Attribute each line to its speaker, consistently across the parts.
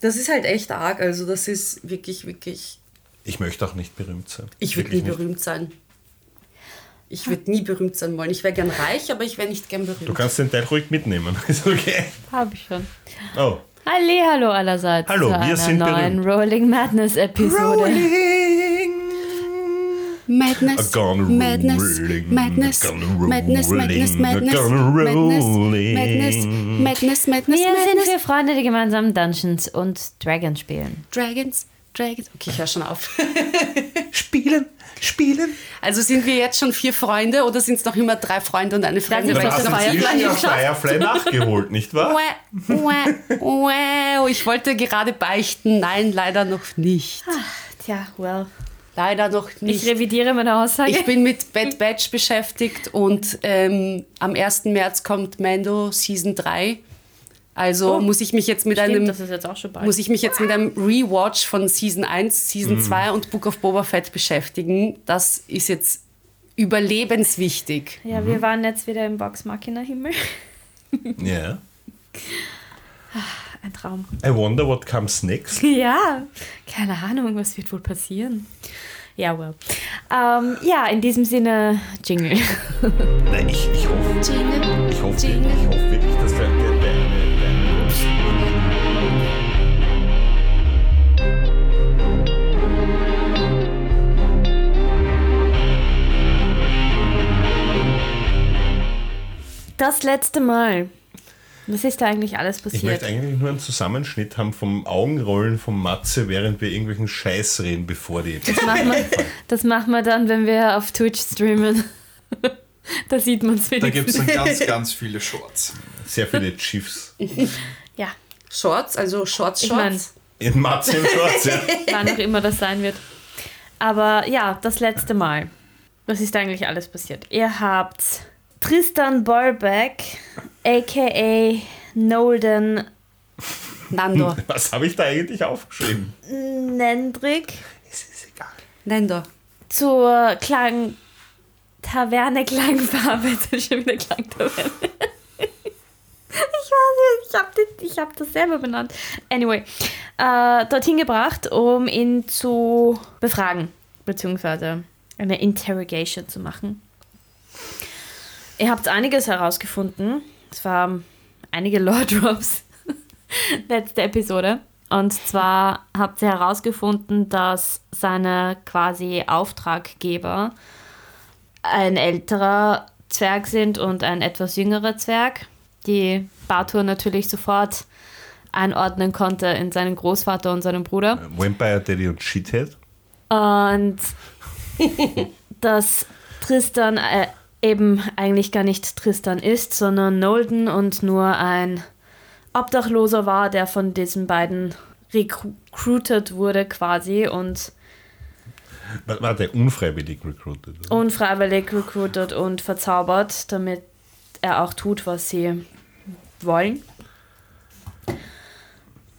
Speaker 1: Das ist halt echt arg. Also, das ist wirklich, wirklich.
Speaker 2: Ich möchte auch nicht berühmt sein.
Speaker 1: Ich würde nie
Speaker 2: Wirklich nicht.
Speaker 1: berühmt sein. Ich würde nie berühmt sein wollen. Ich wäre gern reich, aber ich wäre nicht gern berühmt.
Speaker 2: Du kannst den Teil ruhig mitnehmen. Ist okay.
Speaker 3: Habe ich schon.
Speaker 2: Oh.
Speaker 3: Hallo allerseits
Speaker 2: Hallo,
Speaker 3: zu
Speaker 2: wir
Speaker 3: einer
Speaker 2: sind
Speaker 3: neuen Rolling Madness Episode.
Speaker 1: Madness,
Speaker 2: Gone rolling,
Speaker 1: Madness, Madness,
Speaker 2: gone
Speaker 1: Madness, Madness, Madness,
Speaker 2: rolling, gone rolling.
Speaker 1: Madness, Madness, Madness, Madness,
Speaker 3: Wir sind
Speaker 1: Madness,
Speaker 3: vier Freunde, die gemeinsam Dungeons und Dragons spielen.
Speaker 1: Dragons, Dragons. Okay, ich höre schon auf.
Speaker 2: Spielen, spielen.
Speaker 1: Also sind wir jetzt schon vier Freunde oder sind es noch immer drei Freunde und eine Freundin?
Speaker 3: ist
Speaker 2: Dann
Speaker 3: Vielleicht
Speaker 2: hast
Speaker 3: eine
Speaker 2: du inzwischen
Speaker 3: Firefly
Speaker 2: ja
Speaker 3: geschafft.
Speaker 2: Firefly nachgeholt, nicht wahr?
Speaker 1: Uä, uä, uä. Oh, Ich wollte gerade beichten. Nein, leider noch nicht.
Speaker 3: Tja, well.
Speaker 1: Leider noch
Speaker 3: Ich
Speaker 1: nicht.
Speaker 3: revidiere meine Aussage.
Speaker 1: Ich bin mit Bad Batch beschäftigt und ähm, am 1. März kommt Mando Season 3. Also muss ich mich jetzt mit
Speaker 3: Oh, Stimmt,
Speaker 1: einem
Speaker 3: das ist jetzt auch schon bald.
Speaker 1: muss ich mich jetzt mit einem Rewatch von Season 1,
Speaker 2: Mhm.
Speaker 1: Season 2 und Book of Boba Fett beschäftigen. Das ist jetzt überlebenswichtig.
Speaker 3: ja, wir waren jetzt wieder im Vox Machina Himmel.
Speaker 2: Ja.
Speaker 3: Ein Traum.
Speaker 2: I wonder what comes next.
Speaker 3: Ja, keine Ahnung, was wird wohl passieren. Ja, well. Ähm, ja, in diesem Sinne, Jingle.
Speaker 2: Nein, ich, ich hoffe, ich hoffe, ich hoffe wirklich, dass der, der, der, der,
Speaker 3: Das letzte Mal. Was ist da eigentlich alles
Speaker 2: Ich möchte
Speaker 3: passiert?
Speaker 2: eigentlich nur einen Zusammenschnitt haben vom Augenrollen von Matze, während wir irgendwelchen Scheiß reden, bevor die Episode.
Speaker 3: Machen wir- Das machen wir dann, wenn wir auf Twitch streamen. da sieht man es
Speaker 4: Da
Speaker 3: wieder.
Speaker 4: gibt es dann ganz, ganz viele Shorts.
Speaker 2: Sehr viele Chiefs.
Speaker 3: Ja,
Speaker 1: Shorts, also Shorts,
Speaker 3: ich meine,
Speaker 1: Shorts.
Speaker 2: In Matze im Schwarz, ja.
Speaker 3: wann auch immer das sein wird. Aber ja, das letzte Mal. Was ist eigentlich alles passiert? Ihr habt Tristan Borbeck, a.k.a. Nolden
Speaker 1: Nando,
Speaker 2: Was habe ich da eigentlich aufgeschrieben?
Speaker 3: Nendrick
Speaker 2: Es ist egal.
Speaker 1: Nando.
Speaker 3: zur Klang Taverne Klangfarbe. Jetzt ist schon wieder Klangtaverne. Ich weiß nicht, ich habe das, hab das selber benannt. Anyway, äh, dorthin gebracht, um ihn zu befragen, beziehungsweise eine Interrogation zu machen. Ihr habt einiges herausgefunden. Es waren einige Lore-Drops letzte Episode. Und zwar habt ihr herausgefunden, dass seine quasi Auftraggeber ein älterer Zwerg sind und ein etwas jüngerer Zwerg, die Bartur natürlich sofort einordnen konnte in seinen Großvater und seinen Bruder.
Speaker 2: Vampire Daddy und Shithead.
Speaker 3: Und dass Tristan äh, eben eigentlich gar nicht Tristan ist, sondern Nolden und nur ein Obdachloser war, der von diesen beiden recruited wurde quasi und
Speaker 2: W- Warte, unfreiwillig recruited. oder?
Speaker 3: unfreiwillig recruited und verzaubert, damit er auch tut, was sie wollen.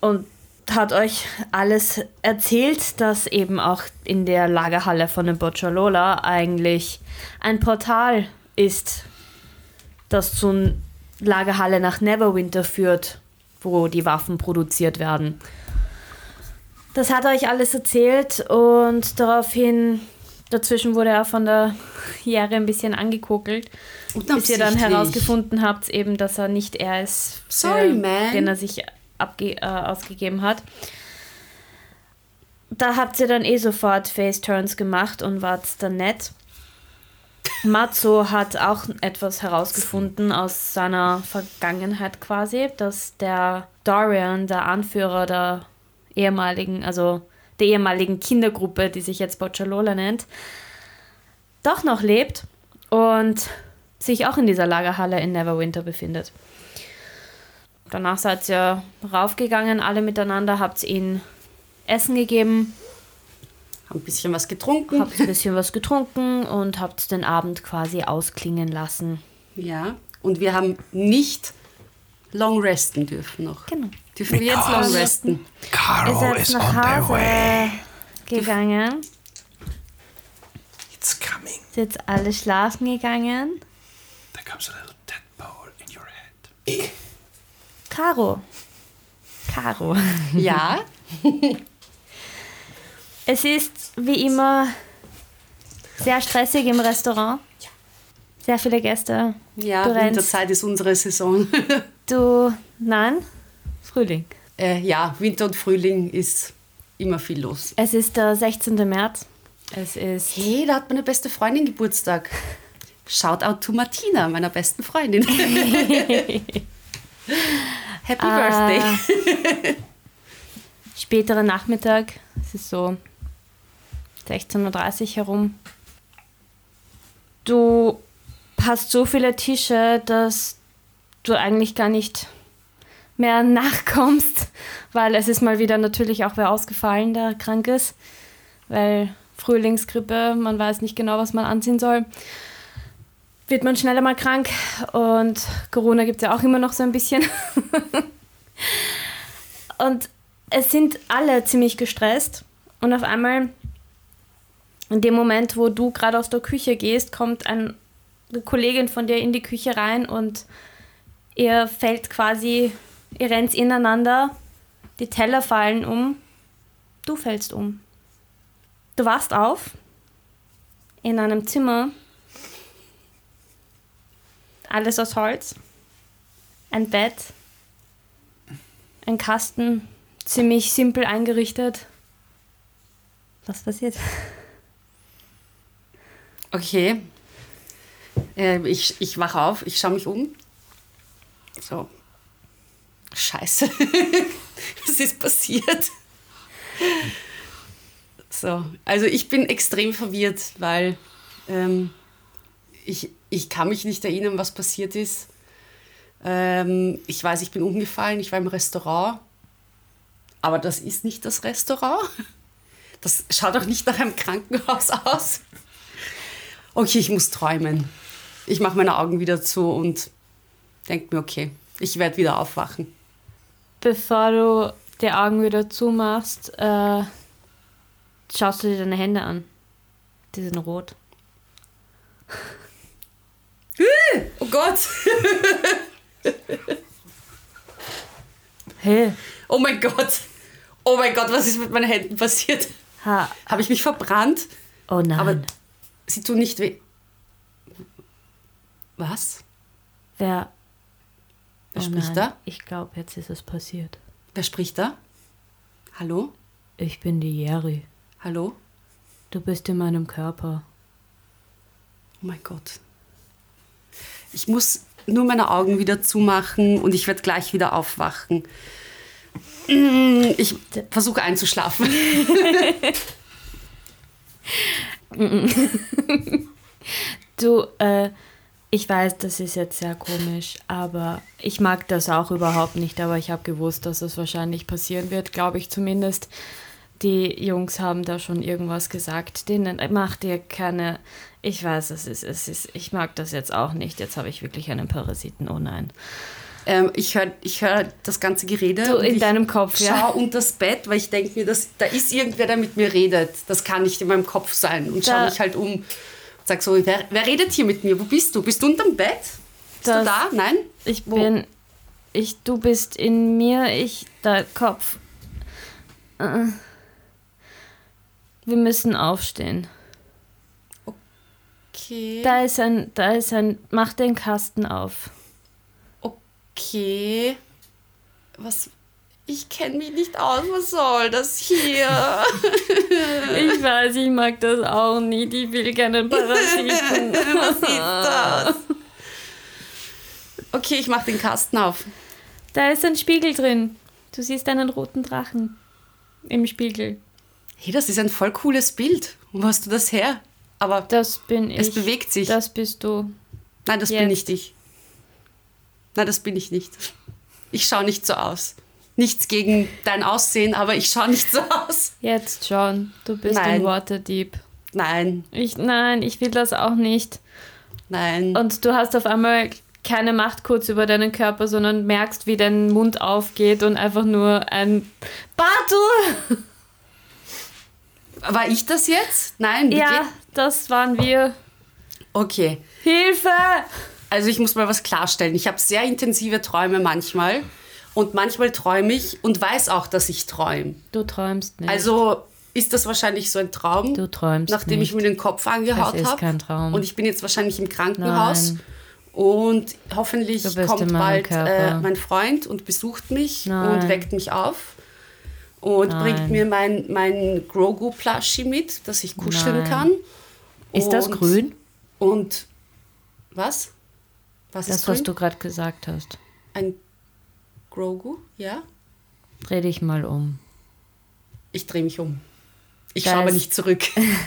Speaker 3: Und hat euch alles erzählt, dass eben auch in der Lagerhalle von dem Bocciolola eigentlich ein Portal ist, das zur Lagerhalle nach Neverwinter führt, wo die Waffen produziert werden. Das hat er euch alles erzählt und daraufhin, dazwischen wurde er von der Jere ein bisschen angekokelt, bis ihr dann
Speaker 1: Unabsichtlich.
Speaker 3: herausgefunden habt, eben, dass er nicht er ist, für
Speaker 1: Sorry, man.
Speaker 3: den er sich abge äh, ausgegeben hat. Da habt ihr dann eh sofort Face-Turns gemacht und wart dann nett. Matzo hat auch etwas herausgefunden aus seiner Vergangenheit quasi, dass der Dorian, der Anführer der ehemaligen, also der ehemaligen Kindergruppe, die sich jetzt Bocciolola nennt, doch noch lebt und sich auch in dieser Lagerhalle in Neverwinter befindet. Danach seid ihr raufgegangen, alle miteinander, habt ihn Essen gegeben,
Speaker 1: Hab ein bisschen was getrunken.
Speaker 3: habt ein bisschen was getrunken und habt den Abend quasi ausklingen lassen.
Speaker 1: Ja. Und wir haben nicht long resten dürfen noch.
Speaker 3: Genau.
Speaker 1: Dürfen wir jetzt long resten?
Speaker 3: Ihr
Speaker 4: Caro
Speaker 3: seid nach Hause gegangen,
Speaker 4: It's coming.
Speaker 3: seid jetzt alle schlafen gegangen.
Speaker 4: There comes a little tadpole in your head.
Speaker 3: Caro, Caro.
Speaker 1: Ja,
Speaker 3: Es ist wie immer sehr stressig im Restaurant. Sehr viele Gäste.
Speaker 1: ja,
Speaker 3: Du rennst.
Speaker 1: Winterzeit ist unsere Saison.
Speaker 3: Du, nein, Frühling.
Speaker 1: äh, ja, Winter und Frühling ist immer viel los.
Speaker 3: Es ist der 16. März. Es ist.
Speaker 1: Hey, da hat meine beste Freundin Geburtstag. Shoutout to Martina, meiner besten Freundin. Happy Birthday.
Speaker 3: späteren Nachmittag. Es ist so 16.30 Uhr herum. Du hast so viele Tische, dass du eigentlich gar nicht mehr nachkommst, weil es ist mal wieder natürlich auch wer ausgefallen, der krank ist, weil Frühlingsgrippe, man weiß nicht genau, was man anziehen soll. Wird man schneller mal krank und Corona gibt es ja auch immer noch so ein bisschen. Und es sind alle ziemlich gestresst. Und auf einmal, in dem Moment, wo du gerade aus der Küche gehst, kommt ein, eine Kollegin von dir in die Küche rein und ihr fällt quasi, ihr rennt ineinander, die Teller fallen um, du fällst um. Du wachst auf in einem Zimmer, alles aus Holz, ein Bett, ein Kasten, ziemlich simpel eingerichtet. Was passiert?
Speaker 1: Okay. Ähm, ich ich wache auf, ich schaue mich um. So. Scheiße. Was ist passiert? So. Also ich bin extrem verwirrt, weil ähm, ich, ich kann mich nicht erinnern, was passiert ist. Ähm, ich weiß, ich bin umgefallen, ich war im Restaurant. Aber das ist nicht das Restaurant. Das schaut auch nicht nach einem Krankenhaus aus. Okay, ich muss träumen. Ich mache meine Augen wieder zu und denke mir, okay, ich werde wieder aufwachen.
Speaker 3: Bevor du die Augen wieder zumachst, äh, schaust du dir deine Hände an. Die sind rot.
Speaker 1: Oh Gott!
Speaker 3: Hey.
Speaker 1: Oh mein Gott! Oh mein Gott, was ist mit meinen Händen passiert?
Speaker 3: Ha.
Speaker 1: Habe ich mich verbrannt?
Speaker 3: Oh nein.
Speaker 1: Aber sie tun nicht weh. Was?
Speaker 3: Wer,
Speaker 1: Wer
Speaker 3: oh
Speaker 1: spricht
Speaker 3: nein.
Speaker 1: da?
Speaker 3: Ich glaube, jetzt ist es passiert.
Speaker 1: Wer spricht da? Hallo?
Speaker 3: Ich bin die Jerry.
Speaker 1: Hallo?
Speaker 3: Du bist in meinem Körper.
Speaker 1: Oh mein Gott. Ich muss nur meine Augen wieder zumachen und ich werde gleich wieder aufwachen. Mm, Ich versuche einzuschlafen.
Speaker 3: Du, äh, ich weiß, das ist jetzt sehr komisch, aber ich mag das auch überhaupt nicht, aber ich habe gewusst, dass es das wahrscheinlich passieren wird, glaube ich zumindest. Die Jungs haben da schon irgendwas gesagt. Denen macht ihr keine. Ich weiß, es ist, es ist. Ich mag das jetzt auch nicht. Jetzt habe ich wirklich einen Parasiten. Oh nein.
Speaker 1: Ähm, ich höre ich hör das ganze Gerede.
Speaker 3: Du,
Speaker 1: und
Speaker 3: in
Speaker 1: ich
Speaker 3: deinem Kopf,
Speaker 1: schau
Speaker 3: ja.
Speaker 1: unter das Bett, weil ich denke mir, das, da ist irgendwer, der mit mir redet. Das kann nicht in meinem Kopf sein. Und
Speaker 3: Da-
Speaker 1: schaue mich halt um und sag so, wer, wer redet hier mit mir? Wo bist du? Bist du unterm Bett? Bist
Speaker 3: Das-
Speaker 1: du da? Nein?
Speaker 3: Ich
Speaker 1: Wo?
Speaker 3: bin. Ich, du bist in mir, ich, der Kopf. Äh. Wir müssen aufstehen.
Speaker 1: Okay.
Speaker 3: Da ist ein, da ist ein, mach den Kasten auf.
Speaker 1: Okay. Was? Ich kenne mich nicht aus. Was soll das hier?
Speaker 3: Ich weiß, ich mag das auch nicht. Ich will keinen Parasiten.
Speaker 1: Was ist das? Okay, ich mache den Kasten auf.
Speaker 3: Da ist ein Spiegel drin. Du siehst einen roten Drachen im Spiegel.
Speaker 1: Hey, das ist ein voll cooles Bild. Wo hast du das her? Aber
Speaker 3: Das bin ich.
Speaker 1: es bewegt sich.
Speaker 3: Das bist du.
Speaker 1: Nein, das bin
Speaker 3: Jetzt.
Speaker 1: nicht ich. Nein, das bin ich nicht. Ich schaue nicht so aus. Nichts gegen dein Aussehen, aber ich schaue nicht so aus.
Speaker 3: Jetzt schon. Du bist
Speaker 1: Nein.
Speaker 3: in Waterdeep.
Speaker 1: Nein,
Speaker 3: Ich, nein, ich will das auch nicht.
Speaker 1: nein.
Speaker 3: Und du hast auf einmal keine Macht kurz über deinen Körper, sondern merkst, wie dein Mund aufgeht und einfach nur ein Bartu!
Speaker 1: War ich das jetzt? Nein, wie
Speaker 3: Ja,
Speaker 1: geht-
Speaker 3: das waren wir.
Speaker 1: Okay.
Speaker 3: Hilfe!
Speaker 1: Also ich muss mal was klarstellen. Ich habe sehr intensive Träume manchmal Und manchmal träume ich und weiß auch, dass ich träume.
Speaker 3: Du träumst nicht.
Speaker 1: Also ist das wahrscheinlich so ein Traum,
Speaker 3: Du träumst
Speaker 1: nachdem
Speaker 3: nicht.
Speaker 1: ich mir den Kopf angehaut
Speaker 3: Das ist
Speaker 1: habe.
Speaker 3: kein Traum.
Speaker 1: Und ich bin jetzt wahrscheinlich im Krankenhaus.
Speaker 3: Nein.
Speaker 1: Und hoffentlich
Speaker 3: Du bist in
Speaker 1: kommt
Speaker 3: meinem
Speaker 1: bald äh,
Speaker 3: Körper.
Speaker 1: mein Freund und besucht mich
Speaker 3: Nein.
Speaker 1: und weckt mich auf. Und
Speaker 3: Nein.
Speaker 1: bringt mir mein, mein Grogu-Plushie mit, dass ich kuscheln
Speaker 3: Nein.
Speaker 1: kann.
Speaker 3: ist das
Speaker 1: Und-
Speaker 3: grün?
Speaker 1: Und was? Was
Speaker 3: Das,
Speaker 1: ist grün?
Speaker 3: was du gerade gesagt hast.
Speaker 1: Ein Grogu? Ja?
Speaker 3: Dreh dich mal um.
Speaker 1: Ich drehe mich um. Ich
Speaker 3: Da
Speaker 1: schaue aber
Speaker 3: ist-
Speaker 1: nicht zurück.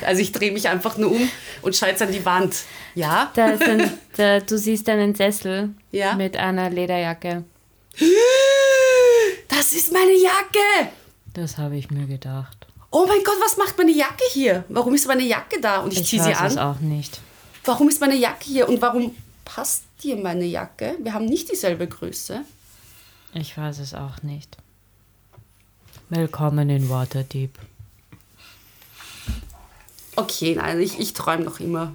Speaker 1: Also ich drehe mich einfach nur um und schaue jetzt an die Wand. Ja?
Speaker 3: Da ist ein, da, du siehst einen Sessel
Speaker 1: Ja.
Speaker 3: mit einer Lederjacke.
Speaker 1: Das ist meine Jacke!
Speaker 3: Das habe ich mir gedacht.
Speaker 1: Oh mein Gott, was macht meine Jacke hier? Warum ist meine Jacke da? Und ich,
Speaker 3: Ich
Speaker 1: ziehe sie
Speaker 3: weiß es
Speaker 1: an.
Speaker 3: auch nicht.
Speaker 1: Warum ist meine Jacke hier? Und warum passt dir meine Jacke? Wir haben nicht dieselbe Größe.
Speaker 3: Ich weiß es auch nicht. Willkommen in Waterdeep.
Speaker 1: Okay, nein, ich, ich träume noch immer.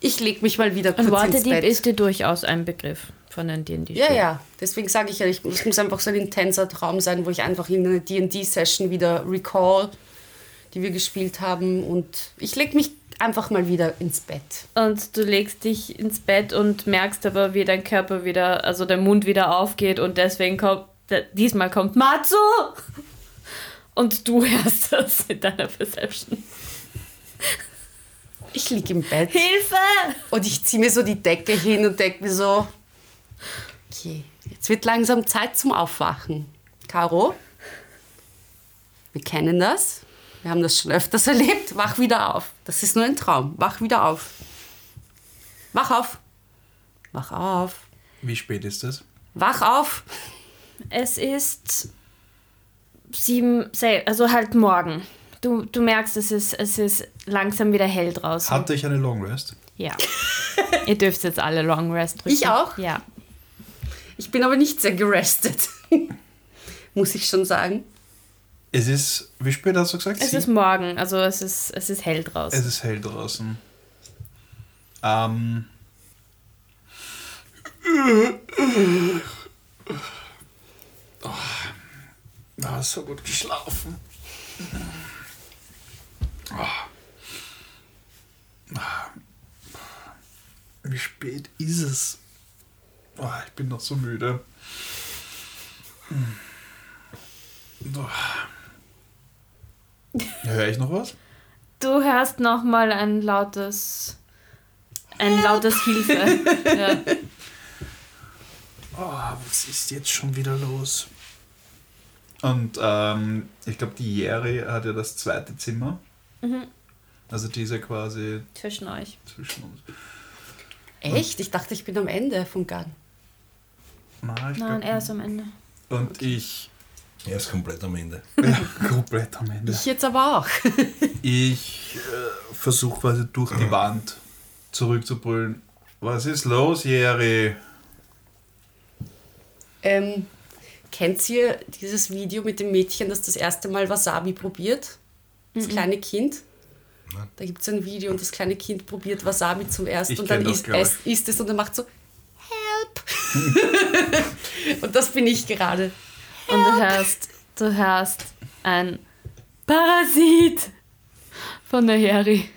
Speaker 1: Ich lege mich mal wieder kurz
Speaker 3: Und
Speaker 1: ins Bett.
Speaker 3: Waterdeep ist dir durchaus ein Begriff von den D&D.
Speaker 1: Ja, ja. Deswegen sage ich ja, ich, es muss einfach so ein intenser Traum sein, wo ich einfach in eine DD-Session wieder recall, die wir gespielt haben. Und ich lege mich einfach mal wieder ins Bett.
Speaker 3: Und du legst dich ins Bett und merkst aber, wie dein Körper wieder, also der Mund wieder aufgeht und deswegen kommt, diesmal kommt Matsu! Und du hörst das in deiner Perception.
Speaker 1: Ich liege im Bett
Speaker 3: Hilfe!
Speaker 1: und ich ziehe mir so die Decke hin und denke mir so, okay, jetzt wird langsam Zeit zum Aufwachen. Caro, wir kennen das. Wir haben das schon öfters erlebt. Wach wieder auf. Das ist nur ein Traum. Wach wieder auf. Wach auf. Wach auf.
Speaker 4: Wie spät ist es?
Speaker 1: Wach auf!
Speaker 3: Es ist sieben, sel- also halt morgen. Du, du merkst, es ist, es ist langsam wieder hell draußen.
Speaker 4: Hatte ich eine Long Rest?
Speaker 3: ja. Ihr dürft jetzt alle Long Rest drücken.
Speaker 1: Ich auch?
Speaker 3: Ja.
Speaker 1: Ich bin aber nicht sehr gerestet. Muss ich schon sagen.
Speaker 4: Es ist, wie spät hast du gesagt?
Speaker 3: Es
Speaker 4: Sie-
Speaker 3: ist morgen, also es ist, es ist hell draußen.
Speaker 4: es ist hell draußen. Ähm, oh, ah, so gut geschlafen. Ah. Ah. Wie spät ist es? Oh, ich bin noch so müde. Hm. Oh. Höre ich noch was?
Speaker 3: Du hörst nochmal ein lautes. Ein lautes Hilfe. ja.
Speaker 4: Ah, was ist jetzt schon wieder los? Und ähm, ich glaube, die Jerry hat ja das zweite Zimmer.
Speaker 3: Mhm.
Speaker 4: Also die ist ja quasi
Speaker 3: Zwischen euch.
Speaker 4: zwischen uns.
Speaker 1: Echt? Ich dachte, ich bin am Ende vom Gang.
Speaker 4: Na, ich
Speaker 3: Nein,
Speaker 4: glaub-
Speaker 3: er ist am Ende.
Speaker 4: Und ich.
Speaker 2: Er ist komplett am Ende.
Speaker 4: Ja, komplett am Ende.
Speaker 1: Ich jetzt aber auch.
Speaker 4: Ich äh, versuche quasi durch die Wand zurückzubrüllen. Was ist los, Jerry?
Speaker 1: Ähm, kennt ihr dieses Video mit dem Mädchen, das das erste Mal Wasabi probiert? Das kleine Kind?
Speaker 2: Nein.
Speaker 1: Da gibt es ein Video und das kleine Kind probiert Wasabi zum ersten
Speaker 4: Ich
Speaker 1: und dann
Speaker 4: kenn das,
Speaker 1: isst,
Speaker 4: glaub ich.
Speaker 1: es- isst es und dann macht so Help! und das bin ich gerade.
Speaker 3: Und du hörst, du hörst ein Parasit von der Heri.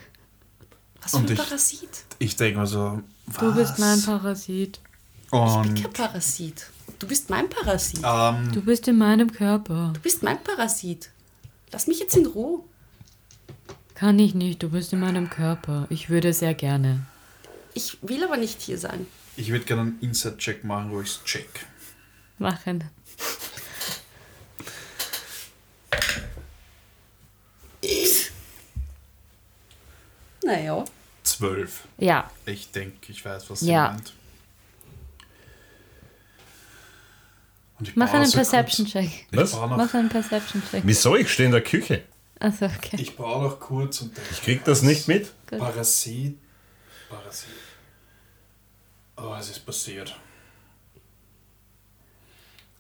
Speaker 1: Was für ein
Speaker 4: Und ich-
Speaker 1: Parasit?
Speaker 4: Ich denke mal so. Was?
Speaker 3: Du bist mein Parasit.
Speaker 1: Ich bin
Speaker 4: Und
Speaker 1: kein Parasit. Du bist mein Parasit.
Speaker 4: ähm,
Speaker 3: Du bist in meinem Körper.
Speaker 1: Du bist mein Parasit. Lass mich jetzt in Ruhe.
Speaker 3: Kann ich nicht, du bist in meinem Körper. Ich würde sehr gerne.
Speaker 1: Ich will aber nicht hier sein.
Speaker 4: ich würde gerne einen Insert-Check machen, wo ich es check.
Speaker 3: Machen.
Speaker 1: Naja.
Speaker 4: Zwölf.
Speaker 3: Ja,
Speaker 4: Ich denke, ich weiß, was
Speaker 3: Ja.
Speaker 4: sie meint. Und ich
Speaker 3: mach
Speaker 4: brauche
Speaker 3: einen
Speaker 4: so kurz-
Speaker 3: Perception-Check.
Speaker 4: Ich
Speaker 2: Was?
Speaker 4: brauche noch,
Speaker 3: Mach einen Perception-Check.
Speaker 2: Wieso? Ich stehe in der Küche.
Speaker 3: Achso, okay.
Speaker 4: ich brauche noch kurz und denke,
Speaker 2: Ich krieg das nicht mit.
Speaker 4: Parasit. Parasit. Oh, es ist passiert.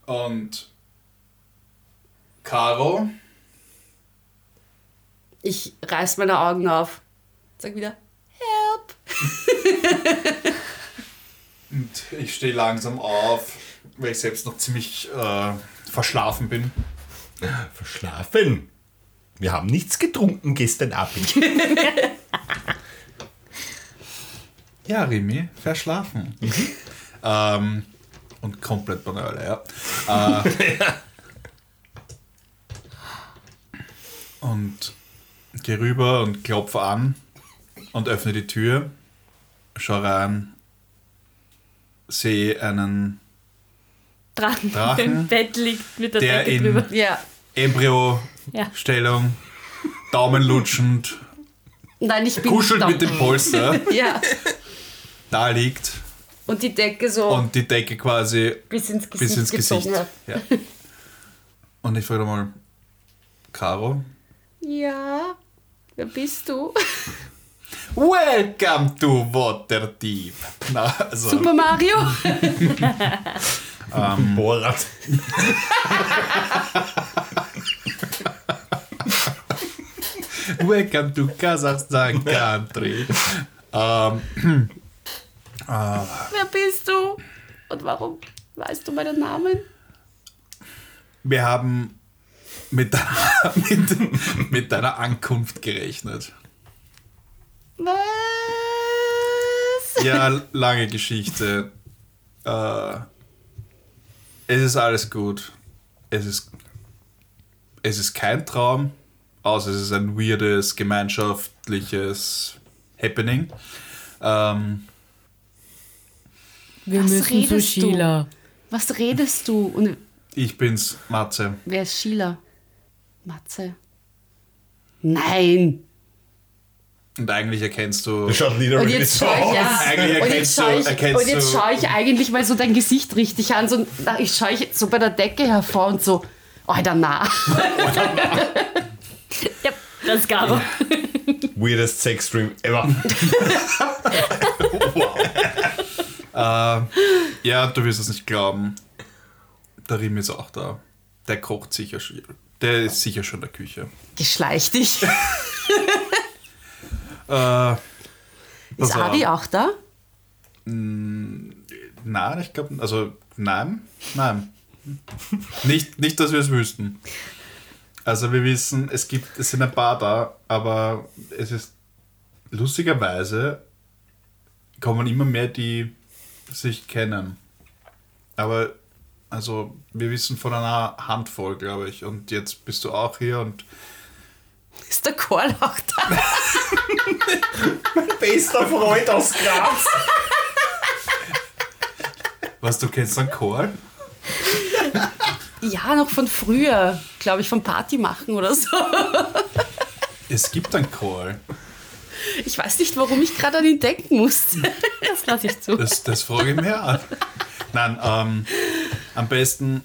Speaker 4: Und Caro,
Speaker 1: Ich reiß meine Augen auf. Sag wieder, help.
Speaker 4: und ich stehe langsam auf weil ich selbst noch ziemlich äh, verschlafen bin.
Speaker 2: Verschlafen. Wir haben nichts getrunken gestern Abend.
Speaker 4: Ja, Remy, verschlafen. ähm, und komplett banal, ja. Äh, und geh rüber und klopf an und öffne die Tür, schau rein, sehe einen
Speaker 3: Drachen,
Speaker 4: Drachen,
Speaker 3: im Bett liegt mit der,
Speaker 4: der
Speaker 3: Decke
Speaker 4: in-
Speaker 3: drüber.
Speaker 1: Ja.
Speaker 4: Embryo-Stellung,
Speaker 3: Ja.
Speaker 4: Daumen lutschend,
Speaker 1: Nein, ich bin
Speaker 4: kuschelt
Speaker 1: down.
Speaker 4: mit dem Polster,
Speaker 1: Ja.
Speaker 4: da liegt
Speaker 1: Und die Decke so
Speaker 4: und die Decke quasi
Speaker 1: bis ins Gesicht.
Speaker 4: bis ins Gesicht.
Speaker 1: gezogen.
Speaker 4: Ja. Und ich frage mal, Caro,
Speaker 1: Ja. Wer bist du?
Speaker 4: Welcome to Waterdeep. Na, also,
Speaker 1: Super Mario?
Speaker 2: Borat.
Speaker 4: Welcome to Kasachstan Country. ähm,
Speaker 1: Wer bist du? Und warum weißt du meinen Namen?
Speaker 4: wir haben mit, deiner- mit, mit deiner Ankunft gerechnet.
Speaker 1: Was?
Speaker 4: Ja, lange Geschichte. Äh, es ist alles gut. Es ist, es ist kein Traum, außer es ist ein weirdes, gemeinschaftliches Happening. Ähm,
Speaker 5: Wir
Speaker 1: Was
Speaker 5: müssen zu
Speaker 1: redest du?
Speaker 5: Sheila.
Speaker 1: Was redest du? Und
Speaker 4: ich bin's, Matze.
Speaker 1: wer ist Sheila? Matze. Nein!
Speaker 4: Und eigentlich erkennst du.
Speaker 2: Das schaut wieder
Speaker 1: Und
Speaker 2: really
Speaker 1: jetzt
Speaker 2: so
Speaker 1: schaue ich,
Speaker 2: aus.
Speaker 1: ja.
Speaker 4: Eigentlich
Speaker 1: und
Speaker 4: erkennst
Speaker 1: jetzt schaue
Speaker 4: du-
Speaker 1: ich,
Speaker 4: erkennst
Speaker 1: und jetzt
Speaker 4: du-
Speaker 1: schaue ich eigentlich mal so dein Gesicht richtig an. So, na, ich schaue ich so bei der Decke hervor und so, Alter, na.
Speaker 3: Ja, das ist Garo.
Speaker 2: Weirdest Sexstream ever.
Speaker 4: Ja, du wirst es nicht glauben. Der Riem ist auch da. Der kocht sicher schon. Der ist sicher schon in der Küche.
Speaker 1: Geschleich dich.
Speaker 4: Äh,
Speaker 1: Ist Avi auch da?
Speaker 4: Nein, ich glaube, also nein, nein. nicht, nicht, dass wir es wüssten. Also wir wissen, es gibt, es sind ein paar da, aber es ist lustigerweise kommen immer mehr, die sich kennen. Aber also wir wissen von einer Handvoll, glaube ich. Und jetzt bist du auch hier und
Speaker 1: Ist der Korn auch da?
Speaker 2: Bester Freund aus Graz.
Speaker 4: was du kennst an Chor?
Speaker 1: Ja, noch von früher. Glaube ich, von Party machen oder so.
Speaker 4: Es gibt einen Chor.
Speaker 1: Ich weiß nicht, warum ich gerade an ihn denken musste.
Speaker 3: Das lasse ich zu.
Speaker 4: Das, das frage ich mir an. Nein, ähm, am besten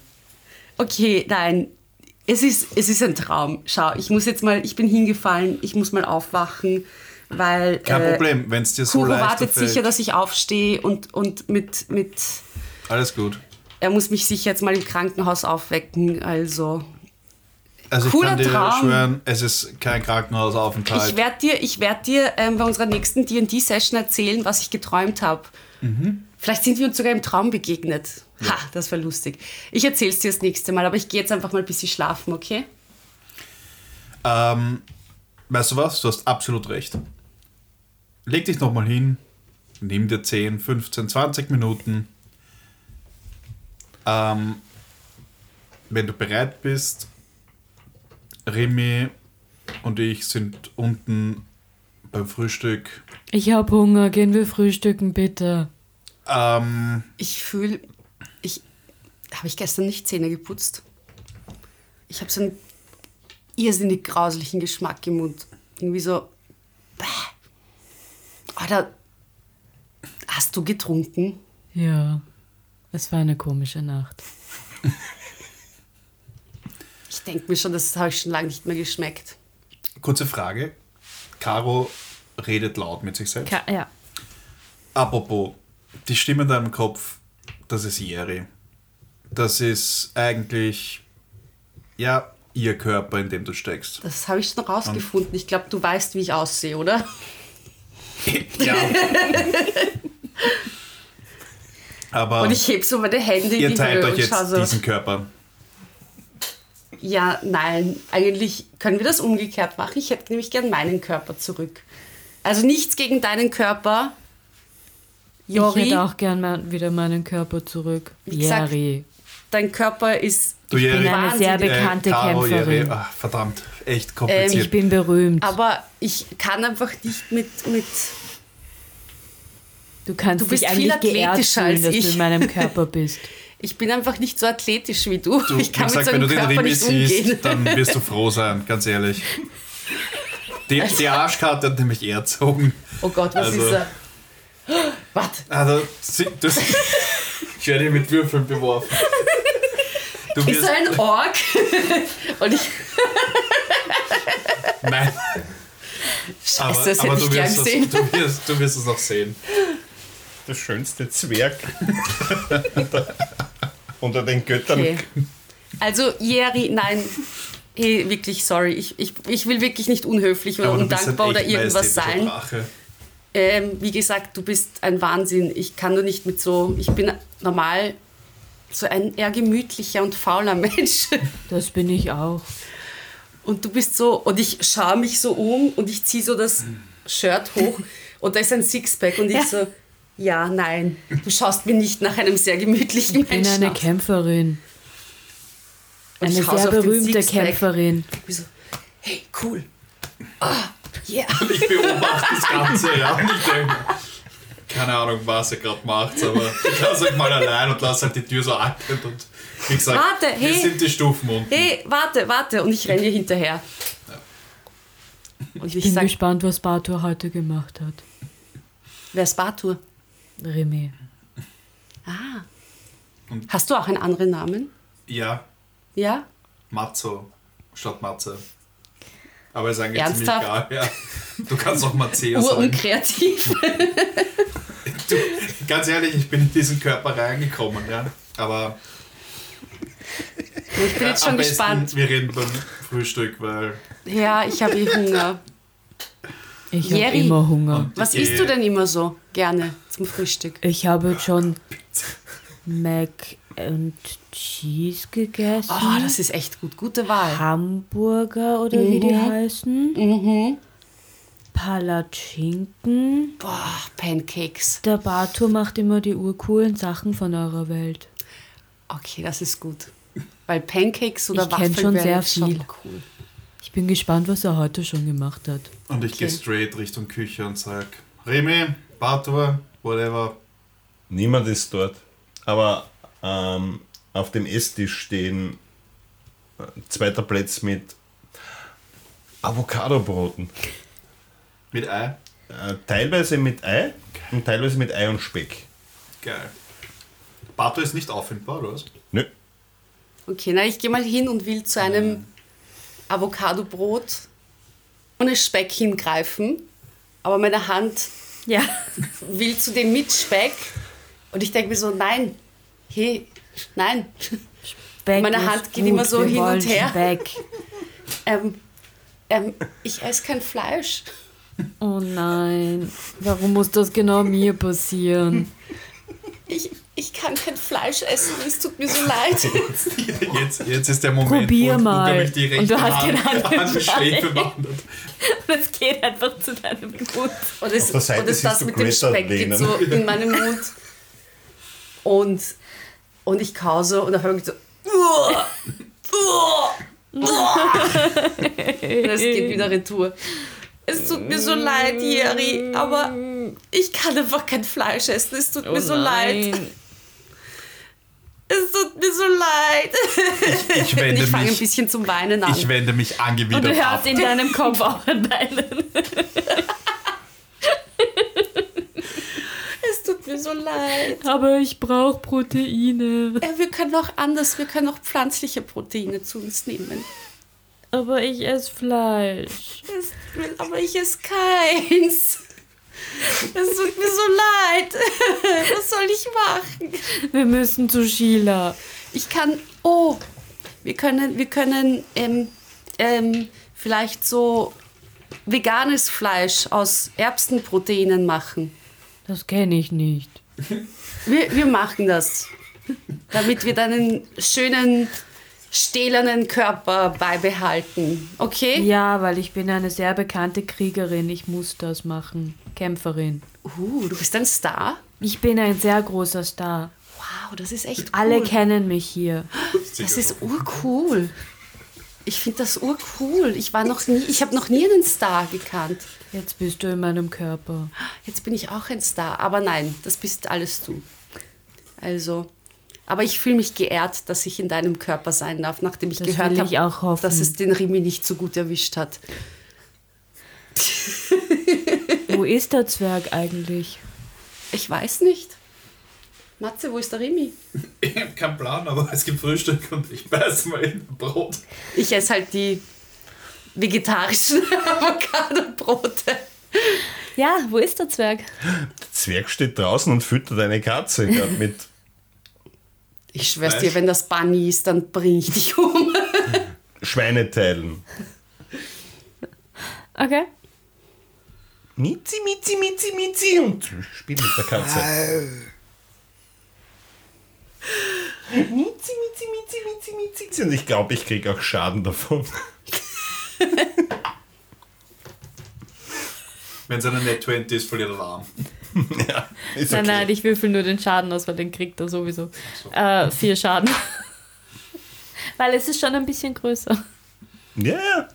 Speaker 1: Okay, nein. Es ist, es ist ein Traum. Schau, ich muss jetzt mal, ich bin hingefallen, ich muss mal aufwachen, weil.
Speaker 4: Kein
Speaker 1: äh,
Speaker 4: Problem, wenn es dir so
Speaker 1: Kuro
Speaker 4: leicht
Speaker 1: wartet
Speaker 4: fällt.
Speaker 1: sicher, dass ich aufstehe und, und mit, mit.
Speaker 4: Alles gut.
Speaker 1: Er muss mich sicher jetzt mal im Krankenhaus aufwecken. Also.
Speaker 4: Also
Speaker 1: Cooler
Speaker 4: ich kann dir
Speaker 1: Traum.
Speaker 4: schwören, es ist kein Krankenhausaufenthalt.
Speaker 1: Ich werde dir, ich werd dir ähm, bei unserer nächsten DD-Session erzählen, was ich geträumt habe.
Speaker 4: Mhm.
Speaker 1: Vielleicht sind wir uns sogar im Traum begegnet. Ha, das war lustig. Ich erzähle es dir das nächste Mal, aber ich gehe jetzt einfach mal ein bisschen schlafen, okay?
Speaker 4: ähm, weißt du was? Du hast absolut recht. Leg dich nochmal hin, nimm dir 10, 15, 20 Minuten. Ähm, wenn du bereit bist, Remy und ich sind unten beim Frühstück.
Speaker 5: Ich habe Hunger, gehen wir frühstücken, bitte.
Speaker 4: Ähm,
Speaker 1: Ich fühle, ich habe ich gestern nicht Zähne geputzt. Ich habe so einen irrsinnig grauslichen Geschmack im Mund. Irgendwie so. Bäh. Alter, hast du getrunken?
Speaker 5: Ja, es war eine komische Nacht.
Speaker 1: Ich denke mir schon, das habe ich schon lange nicht mehr geschmeckt.
Speaker 4: kurze Frage. Caro redet laut mit sich selbst.
Speaker 3: Ka ja.
Speaker 4: Apropos, die Stimme in deinem Kopf, das ist Jerry. Das ist eigentlich, ja, ihr Körper, in dem du steckst.
Speaker 1: Das habe ich schon rausgefunden. Ich glaube, du weißt, wie ich aussehe, oder?
Speaker 4: ja. Aber
Speaker 1: Und ich heb so meine Hände in
Speaker 4: ihr
Speaker 1: die Also,
Speaker 4: teilt
Speaker 1: Höhe
Speaker 4: euch
Speaker 1: und
Speaker 4: jetzt
Speaker 1: schau so.
Speaker 4: diesen Körper.
Speaker 1: Ja, nein, eigentlich können wir das umgekehrt machen. Ich hätte nämlich gern meinen Körper zurück. Also nichts gegen deinen Körper.
Speaker 5: Ich
Speaker 1: Jori,
Speaker 5: hätte auch gern mal wieder meinen Körper zurück.
Speaker 1: Wie gesagt,
Speaker 5: Jari.
Speaker 1: dein Körper ist.
Speaker 4: Du,
Speaker 1: Ich bin
Speaker 4: Jerry,
Speaker 1: ein-
Speaker 3: Eine sehr
Speaker 1: Wahnsinn.
Speaker 3: bekannte Ähm,
Speaker 4: äh, Caro, Jerry,
Speaker 5: Kämpferin.
Speaker 4: ach, verdammt, echt
Speaker 5: Ich
Speaker 4: kompliziert.
Speaker 5: bin berühmt.
Speaker 1: Aber ich kann einfach nicht mit. mit
Speaker 5: du kannst
Speaker 1: du bist
Speaker 5: dich
Speaker 1: viel
Speaker 5: eigentlich geehrt
Speaker 1: athletischer als
Speaker 5: fühlen, dass
Speaker 1: ich.
Speaker 5: du in meinem Körper bist.
Speaker 1: ich bin einfach nicht so athletisch wie du.
Speaker 4: du,
Speaker 1: ich kann
Speaker 4: wie
Speaker 1: mit
Speaker 4: gesagt,
Speaker 1: so
Speaker 4: wenn du
Speaker 1: einem
Speaker 4: den
Speaker 1: Körper
Speaker 4: Remy
Speaker 1: nicht umgehen.
Speaker 4: siehst, dann wirst du froh sein, ganz ehrlich. Die,
Speaker 1: Also
Speaker 4: die Arschkarte hat nämlich er erzogen.
Speaker 1: Oh Gott, was
Speaker 4: Also-
Speaker 1: ist er? Warte,
Speaker 4: Also, sie- du, ich werde hier mit Würfeln beworfen. Du
Speaker 1: ist
Speaker 4: wirst,
Speaker 1: er ein Ork? Und ich.
Speaker 4: nein,
Speaker 1: Scheiße,
Speaker 4: aber,
Speaker 1: Also das
Speaker 4: aber
Speaker 1: hätte ich
Speaker 4: du,
Speaker 1: gern
Speaker 4: wirst es,
Speaker 1: gesehen.
Speaker 4: du, wirst, du wirst es noch sehen.
Speaker 2: Der schönste Zwerg. Unter den Göttern.
Speaker 1: Okay. Also, Jerry, nein. Hey, wirklich, sorry. Ich, ich, ich will wirklich nicht unhöflich oder
Speaker 4: Aber du bist ein
Speaker 1: undankbar oder
Speaker 4: echt
Speaker 1: irgendwas
Speaker 4: majestätischer
Speaker 1: sein.
Speaker 4: Drache.
Speaker 1: Ähm, wie gesagt, du bist ein Wahnsinn. Ich kann nur nicht mit so. Ich bin normal so ein eher gemütlicher und fauler Mensch.
Speaker 5: Das bin ich auch.
Speaker 1: Und du bist so. Und ich schaue mich so um und ich ziehe so das Shirt hoch und da ist ein Sixpack und ich
Speaker 3: Ja.
Speaker 1: so. Ja, nein, du schaust mir nicht nach einem sehr gemütlichen
Speaker 5: Ich bin
Speaker 1: Menschen
Speaker 5: eine
Speaker 1: aus.
Speaker 5: Kämpferin.
Speaker 1: Und
Speaker 5: Eine
Speaker 1: ich hau's
Speaker 5: sehr
Speaker 1: auf den
Speaker 5: berühmte
Speaker 1: Sixpack.
Speaker 5: Kämpferin.
Speaker 1: Ich bin so, hey, cool. Ah, yeah.
Speaker 4: Ich beobachte das Ganze, ja, und ich denke, keine Ahnung, was er gerade macht, aber ich lasse euch mal allein und lasse halt die Tür so atmen und wie gesagt,
Speaker 1: Warte,
Speaker 4: wir
Speaker 1: hey.
Speaker 4: sind die Stufen unten.
Speaker 1: Hey, warte, warte. Und ich renne ihr hinterher. Und ich
Speaker 5: Bin
Speaker 1: sage,
Speaker 5: gespannt, was Bartur heute gemacht hat.
Speaker 1: wer ist Bartur?
Speaker 5: Remy.
Speaker 1: Hast du auch einen anderen Namen?
Speaker 4: Ja,
Speaker 1: Ja?
Speaker 4: Matzo statt Matze. Aber ist eigentlich
Speaker 1: Ernsthaft?
Speaker 4: ziemlich egal. Ja. Du kannst auch Matteo sagen.
Speaker 1: Urunkreativ.
Speaker 4: Du, ganz ehrlich, ich bin in diesen Körper reingekommen, ja. Aber
Speaker 1: Ich bin jetzt schon
Speaker 4: am besten,
Speaker 1: gespannt.
Speaker 4: wir reden beim Frühstück, weil
Speaker 1: Ja, ich habe eh Hunger.
Speaker 5: Ich habe
Speaker 1: Jerry.
Speaker 5: immer Hunger.
Speaker 4: Und
Speaker 1: Was
Speaker 4: die-
Speaker 1: isst du denn immer so gerne zum Frühstück?
Speaker 5: Ich habe jetzt schon Mac and Cheese gegessen.
Speaker 1: Oh, das ist echt gut. Gute Wahl.
Speaker 5: Hamburger oder wie die heißen.
Speaker 1: Mhm.
Speaker 5: Palatschinken.
Speaker 1: Boah, Pancakes.
Speaker 5: Der Bartur macht immer die urcoolen Sachen von eurer Welt.
Speaker 1: Okay, das ist gut. Weil Pancakes oder
Speaker 5: Ich kenn
Speaker 1: Waffeln
Speaker 5: schon
Speaker 1: wären
Speaker 5: sehr
Speaker 1: jetzt schon
Speaker 5: viel.
Speaker 1: cool.
Speaker 5: Ich bin gespannt, was er heute schon gemacht hat.
Speaker 4: Und ich gehe
Speaker 1: Okay.
Speaker 4: straight Richtung Küche und sag, Remy, Bartur, whatever.
Speaker 2: Niemand ist dort. Aber ähm, auf dem Esstisch stehen äh, zweiter Platz mit Avocadobroten.
Speaker 4: Mit Ei.
Speaker 2: Äh, teilweise mit Ei und teilweise mit Ei und Speck.
Speaker 4: Geil. Bartur ist nicht auffindbar, oder was?
Speaker 2: Nö.
Speaker 1: Okay, na, ich gehe mal hin und will zu einem Avocadobrot ohne Speck hingreifen. Aber meine Hand
Speaker 3: Ja.
Speaker 1: will zu dem mit Speck. Und ich denke mir so, nein, hey, nein.
Speaker 5: Speck
Speaker 1: Meine
Speaker 5: ist
Speaker 1: Hand geht immer so
Speaker 5: wir
Speaker 1: hin und
Speaker 5: wollen
Speaker 1: her.
Speaker 5: Speck.
Speaker 1: Ähm, ähm, ich esse kein Fleisch.
Speaker 5: Oh nein, warum muss das genau mir passieren?
Speaker 1: Ich, ich kann kein Fleisch essen. Es tut mir so leid.
Speaker 4: Jetzt, jetzt ist der Moment,
Speaker 5: Probier
Speaker 4: wo,
Speaker 5: mal.
Speaker 4: wo nämlich die rechte
Speaker 5: Und du hast
Speaker 4: Hand,
Speaker 5: keine
Speaker 4: an die Schläfe wandert.
Speaker 3: Das geht einfach zu deinem Mund.
Speaker 1: Und es,
Speaker 2: Auf der Seite
Speaker 1: und es
Speaker 2: siehst
Speaker 1: das
Speaker 2: du
Speaker 1: mit dem
Speaker 2: Greta
Speaker 1: Speck geht
Speaker 2: Lehnen.
Speaker 1: so in meinem Mund. Und, und ich kause und auf einmal geht so. Uah, uah, uah. Und es geht wieder retour. Es tut mir so leid, Jerry, aber ich kann einfach kein Fleisch essen. Es tut mir so leid. Es tut mir so leid.
Speaker 4: Ich
Speaker 1: Und
Speaker 4: wende,
Speaker 1: ich fange ein
Speaker 4: mich,
Speaker 1: bisschen zum Weinen an.
Speaker 4: ich wende mich
Speaker 3: Und du
Speaker 4: angewidert ab.
Speaker 3: hörst in deinem Kopf auch ein Beinen.
Speaker 1: es tut mir so leid.
Speaker 5: Aber ich brauche Proteine.
Speaker 1: Ja, wir können auch anders, wir können auch pflanzliche Proteine zu uns nehmen.
Speaker 5: Aber ich esse Fleisch.
Speaker 1: Es will aber ich esse keins. Es tut mir so leid. Was soll ich machen?
Speaker 5: Wir müssen zu Sheila.
Speaker 1: Ich kann. Oh, wir können, wir können ähm, ähm, vielleicht so veganes Fleisch aus Erbsenproteinen machen.
Speaker 5: Das kenne ich nicht.
Speaker 1: Wir, wir machen das, damit wir deinen schönen, stählernen Körper beibehalten. Okay?
Speaker 5: Ja, weil ich bin eine sehr bekannte Kriegerin. Ich muss das machen. Kämpferin.
Speaker 1: Uh, du bist ein Star?
Speaker 5: Ich bin ein sehr großer Star.
Speaker 1: Wow, das ist echt cool.
Speaker 5: Alle kennen mich hier.
Speaker 1: Das ist urcool. Ich finde das urcool. Ich war noch nie, ich habe noch nie einen Star gekannt.
Speaker 5: Jetzt bist du in meinem Körper.
Speaker 1: Jetzt bin ich auch ein Star. Aber nein, das bist alles du. Also, aber ich fühle mich geehrt, dass ich in deinem Körper sein darf, nachdem ich
Speaker 5: Das
Speaker 1: gehört
Speaker 5: will ich auch
Speaker 1: habe,
Speaker 5: hoffen.
Speaker 1: dass es den Rimi nicht so gut erwischt hat.
Speaker 5: Wo ist der Zwerg eigentlich?
Speaker 1: Ich weiß nicht. Matze, wo ist der Rimi?
Speaker 4: Ich habe keinen Plan, aber es gibt Frühstück und ich beiß mal in ein Brot.
Speaker 1: Ich esse halt die vegetarischen Avocado-Brote.
Speaker 3: Ja, wo ist der Zwerg?
Speaker 2: Der Zwerg steht draußen und füttert eine Katze grad mit.
Speaker 1: Ich schwör's
Speaker 4: Fleisch.
Speaker 1: dir, wenn das Bunny ist, dann bring ich dich um.
Speaker 2: Schweineteilen.
Speaker 3: Okay.
Speaker 2: Mizi, Mizi, Mizi, Mizi und spielt mit der Katze. Mizi, Mizi, Mizi, Mizi, Mizi, Mizi. Und ich glaube, ich kriege auch Schaden davon.
Speaker 4: Wenn es eine Net 20 ist, verliert er den Arm.
Speaker 2: ja, ist okay.
Speaker 3: Nein, nein, ich würfel nur den Schaden aus, weil den kriegt er sowieso. Äh, vier Schaden. weil es ist schon ein bisschen größer.
Speaker 2: Ja, ja.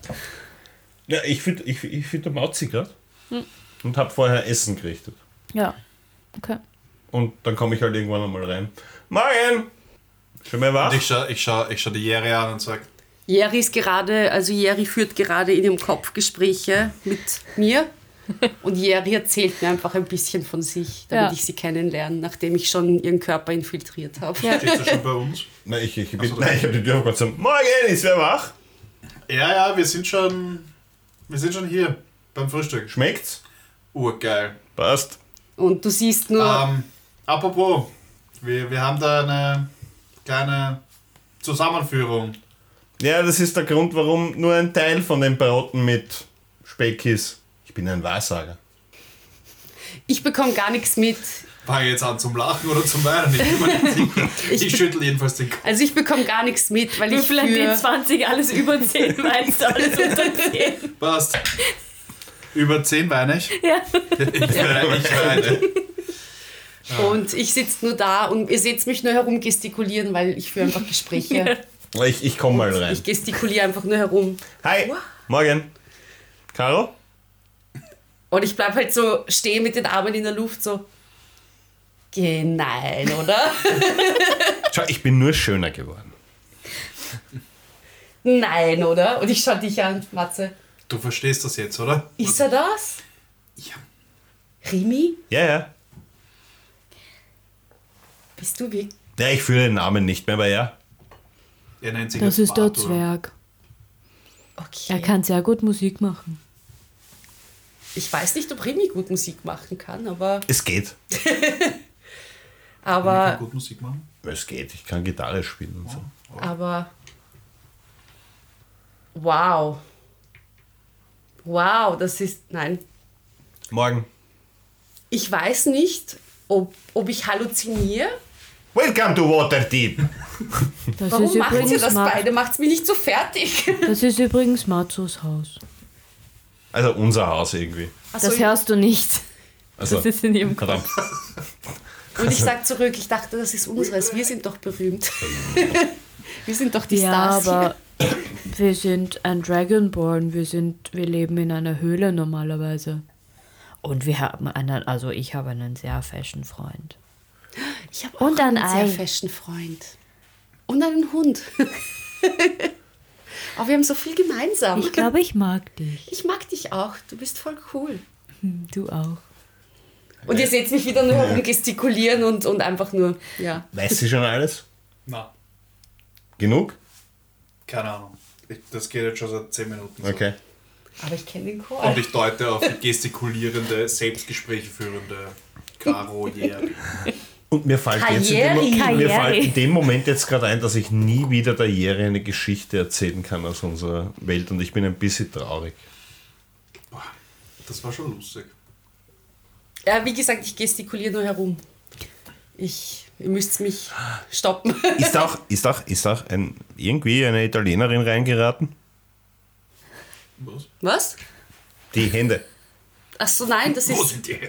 Speaker 2: Ja, ich fütter ich, ich fütter Mauzi gerade. Und habe vorher Essen gerichtet.
Speaker 3: Ja. Okay.
Speaker 2: Und dann komme ich halt irgendwann einmal rein. Morgen! Schon mal wach?
Speaker 4: Und ich schaue ich schau, ich schau die Jere an und sage,
Speaker 1: Jerry ist gerade, also Jerry führt gerade in ihrem Kopf Gespräche mit mir. Und Jerry erzählt mir einfach ein bisschen von sich, damit
Speaker 3: Ja.
Speaker 1: ich sie kennenlerne, nachdem ich schon ihren Körper infiltriert habe.
Speaker 4: stehst du schon bei uns?
Speaker 2: Nein, ich, ich, bin,
Speaker 4: so,
Speaker 2: nein, ich habe die Tür kurz Morgen, ist wer wach?
Speaker 4: Ja, ja, wir sind schon, wir sind schon hier beim Frühstück.
Speaker 2: Schmeckt's?
Speaker 4: Urgeil.
Speaker 2: Passt.
Speaker 1: Und du siehst nur,
Speaker 4: Ähm, apropos, wir, wir haben da eine kleine Zusammenführung.
Speaker 2: Ja, das ist der Grund, warum nur ein Teil von den Broten mit Speck ist. Ich bin ein Wahrsager.
Speaker 1: ich bekomme gar nichts mit.
Speaker 4: Fange jetzt an zum Lachen oder zum Weinen. Ich, bin mir nicht sicher. ich schüttel jedenfalls den Kopf.
Speaker 1: Also ich bekomme gar nichts mit, weil ich
Speaker 3: Würfel an den
Speaker 1: für,
Speaker 3: 20 alles über 10 meinst du, alles unter 10.
Speaker 4: Passt. Über 10 weine ich.
Speaker 3: Ja.
Speaker 4: Ich weine. Ich weine.
Speaker 1: und ich sitze nur da und ihr seht mich nur herumgestikulieren, weil ich führe einfach Gespräche.
Speaker 2: Ich, ich komme mal rein.
Speaker 1: Ich gestikuliere einfach nur herum.
Speaker 2: Hi, morgen. Caro?
Speaker 1: Und ich bleibe halt so stehen mit den Armen in der Luft, so. Geh, nein, oder?
Speaker 2: Schau, ich bin nur schöner geworden.
Speaker 1: nein, oder? Und ich schaue dich an, Matze.
Speaker 4: Du verstehst das jetzt, oder?
Speaker 1: Ist er das?
Speaker 4: Ja.
Speaker 1: Rimi?
Speaker 2: Ja, ja.
Speaker 1: Bist du wie?
Speaker 2: Ja, ich fühle den Namen nicht mehr, aber ja.
Speaker 4: Er nennt sich
Speaker 5: Das ist der
Speaker 4: Bartolo.
Speaker 5: Zwerg.
Speaker 1: Okay.
Speaker 5: Er kann sehr gut Musik machen.
Speaker 1: Ich weiß nicht, ob Rimi gut Musik machen kann, aber.
Speaker 2: Es geht.
Speaker 4: Er kann
Speaker 1: Aber.
Speaker 4: gut Musik machen.
Speaker 2: Es geht. Ich kann Gitarre spielen und so.
Speaker 1: Aber. Wow. Wow, das ist. Nein.
Speaker 2: Morgen.
Speaker 1: Ich weiß nicht, ob, ob ich halluziniere.
Speaker 2: Welcome to Waterdeep.
Speaker 5: Das
Speaker 1: Warum
Speaker 5: ist
Speaker 1: macht ihr
Speaker 5: übrigens
Speaker 1: das
Speaker 5: Ma-
Speaker 1: beide? Macht's mich nicht so fertig.
Speaker 5: Das ist übrigens Mazos Haus.
Speaker 2: Also unser Haus irgendwie.
Speaker 1: Ach so,
Speaker 5: Das hörst du nicht.
Speaker 2: Also,
Speaker 5: Das ist in ihrem Kopf.
Speaker 2: verdammt.
Speaker 1: Und ich sag zurück, ich dachte, das ist unseres. Wir sind doch berühmt. Wir sind doch die
Speaker 5: Ja,
Speaker 1: Stars
Speaker 5: aber wir sind ein Dragonborn. Wir sind, wir leben in einer Höhle normalerweise. Und wir haben einen, also ich habe einen sehr fashion Freund.
Speaker 1: hier. Ich habe
Speaker 5: Und
Speaker 1: einen
Speaker 5: ein Ei.
Speaker 1: sehr fashion Freund. Und einen Hund. Aber wir haben so viel gemeinsam.
Speaker 5: Ich glaube, ich mag dich.
Speaker 1: Ich mag dich auch. Du bist voll cool.
Speaker 5: Hm, Du auch.
Speaker 1: Und ihr seht mich wieder nur herumgestikulieren und, und einfach nur, ja.
Speaker 2: Weißt du schon alles?
Speaker 4: Na,
Speaker 2: Genug?
Speaker 4: keine Ahnung. Ich, das geht jetzt schon seit 10 Minuten. so.
Speaker 2: Okay.
Speaker 1: Aber ich kenne den Chor.
Speaker 4: Und ich deute auf die gestikulierende, selbstgespräche führende Caro Jere.
Speaker 2: Und mir fällt, jetzt in dem,
Speaker 1: Karriere,
Speaker 2: Mo- mir
Speaker 3: Karriere.
Speaker 2: fällt in dem Moment jetzt gerade ein, dass ich nie wieder der Jere eine Geschichte erzählen kann aus unserer Welt und ich bin ein bisschen traurig.
Speaker 4: Boah, Das war schon lustig.
Speaker 1: Ja, wie gesagt, ich gestikuliere nur herum. Ich, ihr müsst mich stoppen.
Speaker 2: Ist auch, ist auch, ist auch ein, irgendwie eine Italienerin reingeraten?
Speaker 4: Was?
Speaker 1: Was?
Speaker 2: Die Hände.
Speaker 1: Ach so, nein, das
Speaker 4: Wo
Speaker 1: ist.
Speaker 4: sind die?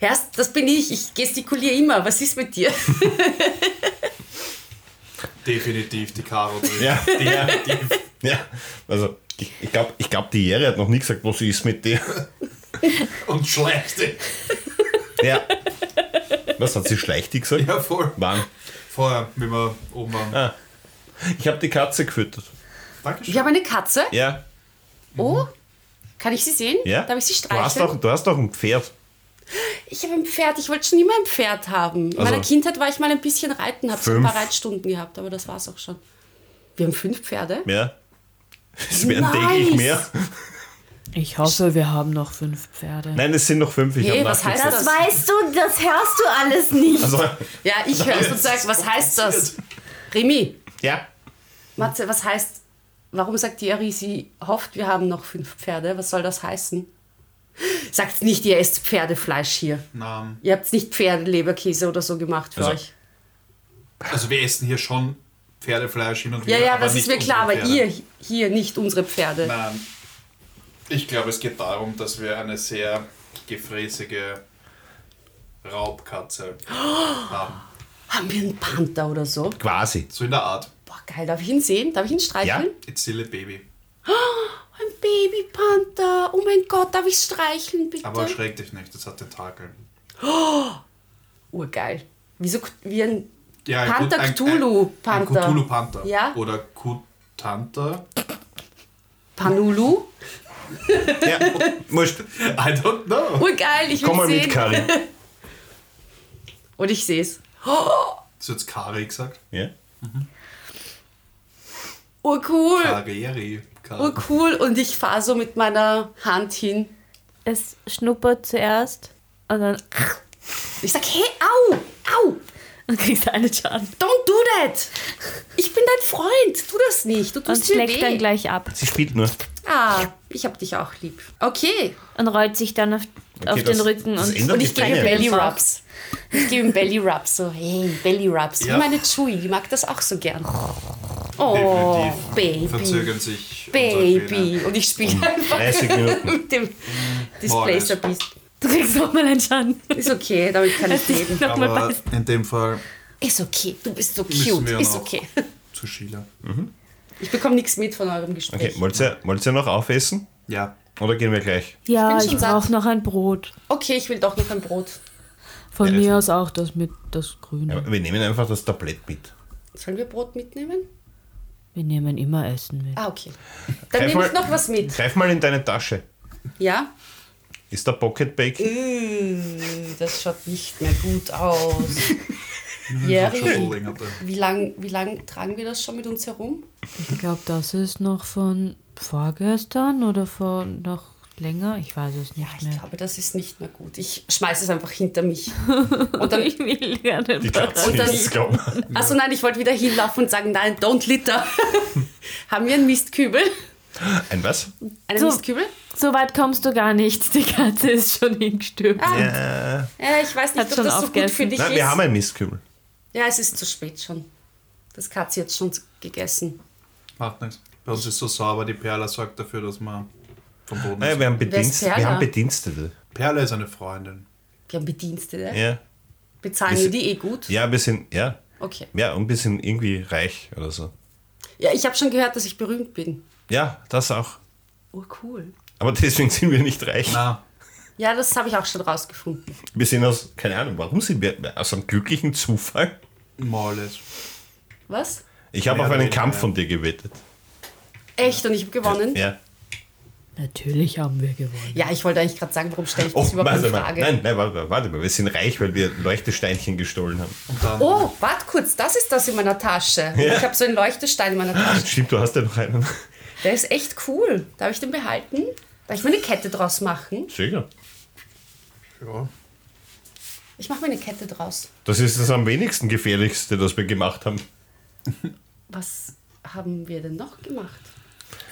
Speaker 1: Erst, das bin ich. Ich gestikuliere immer. Was ist mit dir?
Speaker 4: Definitiv die Karo. drin.
Speaker 2: Ja.
Speaker 4: Definitiv.
Speaker 2: Ja, also ich, ich glaube, ich glaub, die Jere hat noch nie gesagt, was ist mit dir.
Speaker 4: Und schlechte.
Speaker 2: Ja. Was hat sie schleichtig gesagt?
Speaker 4: Ja, voll.
Speaker 2: Wann?
Speaker 4: Vorher, wie wir oben waren.
Speaker 2: Ah. Ich habe die Katze gefüttert.
Speaker 4: Dankeschön.
Speaker 1: Ich habe eine Katze.
Speaker 2: Ja,
Speaker 1: Oh, kann ich sie sehen?
Speaker 2: ja.
Speaker 1: Darf ich sie
Speaker 2: Du hast doch,
Speaker 1: streicheln?
Speaker 2: du hast doch ein Pferd.
Speaker 1: Ich habe ein Pferd. Ich wollte schon immer ein Pferd haben. In
Speaker 2: Also-
Speaker 1: meiner Kindheit war ich mal ein bisschen reiten, habe so ein
Speaker 2: Fünf.
Speaker 1: paar Reitstunden gehabt, aber das war es auch schon. Wir haben fünf Pferde.
Speaker 2: Ja. Es werden täglich
Speaker 1: Nice.
Speaker 2: mehr.
Speaker 5: Ich hoffe, wir haben noch fünf Pferde.
Speaker 2: Nein, es sind noch fünf. Ich
Speaker 1: Nee,
Speaker 2: hab
Speaker 1: was heißt
Speaker 2: nachgezählt.
Speaker 1: das?
Speaker 6: weißt du, das hörst du alles nicht.
Speaker 2: Also,
Speaker 1: Ja, ich höre es und sage, was heißt das? Remy,
Speaker 2: ja.
Speaker 1: Matze, was heißt, warum sagt die Eri, sie hofft, wir haben noch fünf Pferde? Was soll das heißen? Sagt nicht, ihr esst Pferdefleisch hier.
Speaker 4: Namen.
Speaker 1: Ihr habt nicht Pferdeleberkäse oder so gemacht für
Speaker 2: Also-
Speaker 1: euch.
Speaker 4: Also wir essen hier schon Pferdefleisch hin und
Speaker 1: Ja,
Speaker 4: wieder.
Speaker 1: ja,
Speaker 4: aber
Speaker 1: das ist
Speaker 4: nicht
Speaker 1: mir klar, aber
Speaker 4: unsere Pferde.
Speaker 1: ihr hier nicht unsere Pferde.
Speaker 4: Nein. Ähm, Ich glaube, es geht darum, dass wir eine sehr gefräßige Raubkatze haben.
Speaker 1: Haben wir einen Panther oder so?
Speaker 2: Quasi.
Speaker 4: So in der Art.
Speaker 1: Boah, geil, darf ich ihn sehen? Darf ich ihn streicheln?
Speaker 2: Ja.
Speaker 4: It's still a baby.
Speaker 1: Ein Babypanther. Oh mein Gott, darf ich streicheln, bitte?
Speaker 4: Aber schräg dich nicht, das hat Tentakel.
Speaker 1: Urgeil. Wieso wie ein
Speaker 4: Ja, ein
Speaker 1: Panther
Speaker 4: Kut- ein- Ein, ein
Speaker 1: Cthulhu-Panther.
Speaker 4: Cthulhu-Panther.
Speaker 1: Ja.
Speaker 4: Oder Kutanta.
Speaker 1: Panulu?
Speaker 2: Ja. Wurscht.
Speaker 4: I don't know.
Speaker 1: Urgeil, ich will
Speaker 2: Komm mal
Speaker 1: sehen.
Speaker 2: mit, Karin.
Speaker 1: Und ich sehe es.
Speaker 4: Ist jetzt Kari gesagt?
Speaker 2: Ja.
Speaker 1: Urcool.
Speaker 4: Karieri. Kari.
Speaker 1: Urcool. Und ich fahre so mit meiner Hand hin.
Speaker 3: Es schnuppert zuerst und dann
Speaker 1: Ich sag, hey, au, au,
Speaker 3: und kriegst du einen Schaden.
Speaker 1: don't do that. Ich bin dein Freund. Tu das nicht. Du
Speaker 3: Und
Speaker 1: tust mir
Speaker 3: schlägt
Speaker 1: weh.
Speaker 3: dann gleich ab.
Speaker 2: Sie spielt nur.
Speaker 1: Ah, ich hab dich auch lieb. Okay.
Speaker 3: Und rollt sich dann auf, auf
Speaker 2: das-
Speaker 3: den Rücken
Speaker 2: das
Speaker 3: und,
Speaker 2: ändert
Speaker 3: und
Speaker 2: die
Speaker 3: ich
Speaker 2: Dinge.
Speaker 3: gebe
Speaker 1: Belly
Speaker 3: Belly Rubs.
Speaker 1: Rubs. Ich gebe ihm Belly Rubs. So, hey, Belly Rubs.
Speaker 4: Ja.
Speaker 1: Wie meine Chewie, die mag das auch so gern. Oh,
Speaker 4: Definitiv.
Speaker 1: Baby.
Speaker 4: Verzögern sich.
Speaker 1: Baby. Und ich
Speaker 4: Mhm.
Speaker 1: spiele einfach
Speaker 2: 30 Minuten.
Speaker 1: mit dem Displacer Beast.
Speaker 3: Du kriegst nochmal einen Schaden.
Speaker 1: Ist okay, damit kann ich leben.
Speaker 3: nochmal
Speaker 4: Aber
Speaker 3: beißt.
Speaker 4: in dem Fall
Speaker 1: Ist okay, du bist so
Speaker 4: Müssen
Speaker 1: cute.
Speaker 4: wir
Speaker 1: Ist
Speaker 4: noch.
Speaker 1: okay.
Speaker 4: zu Sheila.
Speaker 1: Ich bekomme nichts mit von eurem Gespräch.
Speaker 2: Okay, wollt ihr, wollt ihr noch aufessen?
Speaker 4: Ja.
Speaker 2: Oder gehen wir gleich?
Speaker 5: ja,
Speaker 1: bin
Speaker 5: ich
Speaker 1: schon satt.
Speaker 5: brauche noch ein Brot.
Speaker 1: okay, ich will doch noch ein Brot.
Speaker 5: Von
Speaker 2: Ja,
Speaker 5: mir aus auch das mit das Grüne.
Speaker 2: Ja, wir nehmen einfach das Tablett mit.
Speaker 1: Sollen wir Brot mitnehmen?
Speaker 5: Wir nehmen immer Essen mit.
Speaker 1: Ah, okay. Dann
Speaker 2: Greif
Speaker 1: nehme ich
Speaker 2: mal-
Speaker 1: noch was mit.
Speaker 2: Greif mal in deine Tasche.
Speaker 1: Ja?
Speaker 2: Ist da Pocket Bacon?
Speaker 1: Äh, Das schaut nicht mehr gut aus. Jerry, wie lang, wie lang tragen wir das schon mit uns herum?
Speaker 5: Ich glaube, das ist noch von vorgestern oder von noch länger. Ich weiß es nicht
Speaker 1: Ich
Speaker 5: mehr.
Speaker 1: glaube, das ist nicht mehr gut. Ich schmeiße es einfach hinter mich. Und dann,
Speaker 3: Ich will gerne
Speaker 2: Die Katze
Speaker 1: Und dann-
Speaker 2: ist, glaub ich.
Speaker 1: achso, nein, ich wollte wieder hinlaufen und sagen, nein, don't litter. Haben wir einen Mistkübel?
Speaker 2: Ein was?
Speaker 1: Einen
Speaker 3: So.
Speaker 1: Mistkübel?
Speaker 3: So weit kommst du gar nicht. Die Katze ist schon hingestürmt.
Speaker 1: Ah,
Speaker 2: Äh,
Speaker 1: äh, ich weiß nicht,
Speaker 3: Hat
Speaker 1: ob
Speaker 3: schon
Speaker 1: das so gut
Speaker 3: aufgegessen.
Speaker 1: für dich
Speaker 2: nein,
Speaker 1: ist.
Speaker 2: wir haben ein Mistkübel.
Speaker 1: ja, es ist zu spät schon. Das Katze jetzt schon gegessen.
Speaker 4: Macht nichts. Bei uns ist so sauber, die Perla sorgt dafür, dass man vom Boden
Speaker 2: Nein,
Speaker 4: ist.
Speaker 2: wir haben,
Speaker 1: Wer ist
Speaker 2: Bedienst
Speaker 1: Perla?
Speaker 2: wir haben Bedienstete.
Speaker 4: Perla ist eine Freundin.
Speaker 1: Wir haben Bedienstete.
Speaker 2: Ja.
Speaker 1: Bezahlen
Speaker 2: Ist-
Speaker 1: wir die eh gut?
Speaker 2: ja, wir sind, ja.
Speaker 1: Okay.
Speaker 2: Ja, und wir sind irgendwie reich oder so.
Speaker 1: Ja, ich habe schon gehört, dass ich berühmt bin.
Speaker 2: Ja, das auch.
Speaker 1: Oh, cool.
Speaker 2: Aber deswegen sind wir nicht reich.
Speaker 4: Na,
Speaker 1: Ja, das habe ich auch schon rausgefunden.
Speaker 2: Wir sind aus, keine Ahnung, warum sind wir aus einem glücklichen Zufall?
Speaker 4: Maules.
Speaker 1: Was?
Speaker 2: Ich habe
Speaker 4: Mehr
Speaker 2: auf
Speaker 4: oder
Speaker 2: einen
Speaker 4: weniger,
Speaker 2: Kampf
Speaker 4: ja.
Speaker 2: von dir gewettet.
Speaker 1: Echt? Und ich habe gewonnen? Ja.
Speaker 2: Ja.
Speaker 5: Natürlich haben wir gewonnen.
Speaker 1: ich wollte eigentlich gerade sagen, warum stelle ich
Speaker 2: Oh,
Speaker 1: das überhaupt in
Speaker 2: warte mal.
Speaker 1: Frage?
Speaker 2: Nein, nein, warte, warte mal. Wir sind reich, weil wir Leuchtesteinchen gestohlen haben.
Speaker 4: Und dann
Speaker 1: Oh, warte kurz, das ist das in meiner Tasche. Ich habe so einen Leuchtestein in meiner Tasche.
Speaker 2: Stimmt, du hast ja noch einen.
Speaker 1: Der ist echt cool. Darf ich den behalten? Darf ich mir eine Kette draus machen?
Speaker 2: Sicher.
Speaker 4: ja.
Speaker 1: Ich mache mir eine Kette draus.
Speaker 2: Das ist das am wenigsten gefährlichste, das wir gemacht haben.
Speaker 1: Was haben wir denn noch gemacht?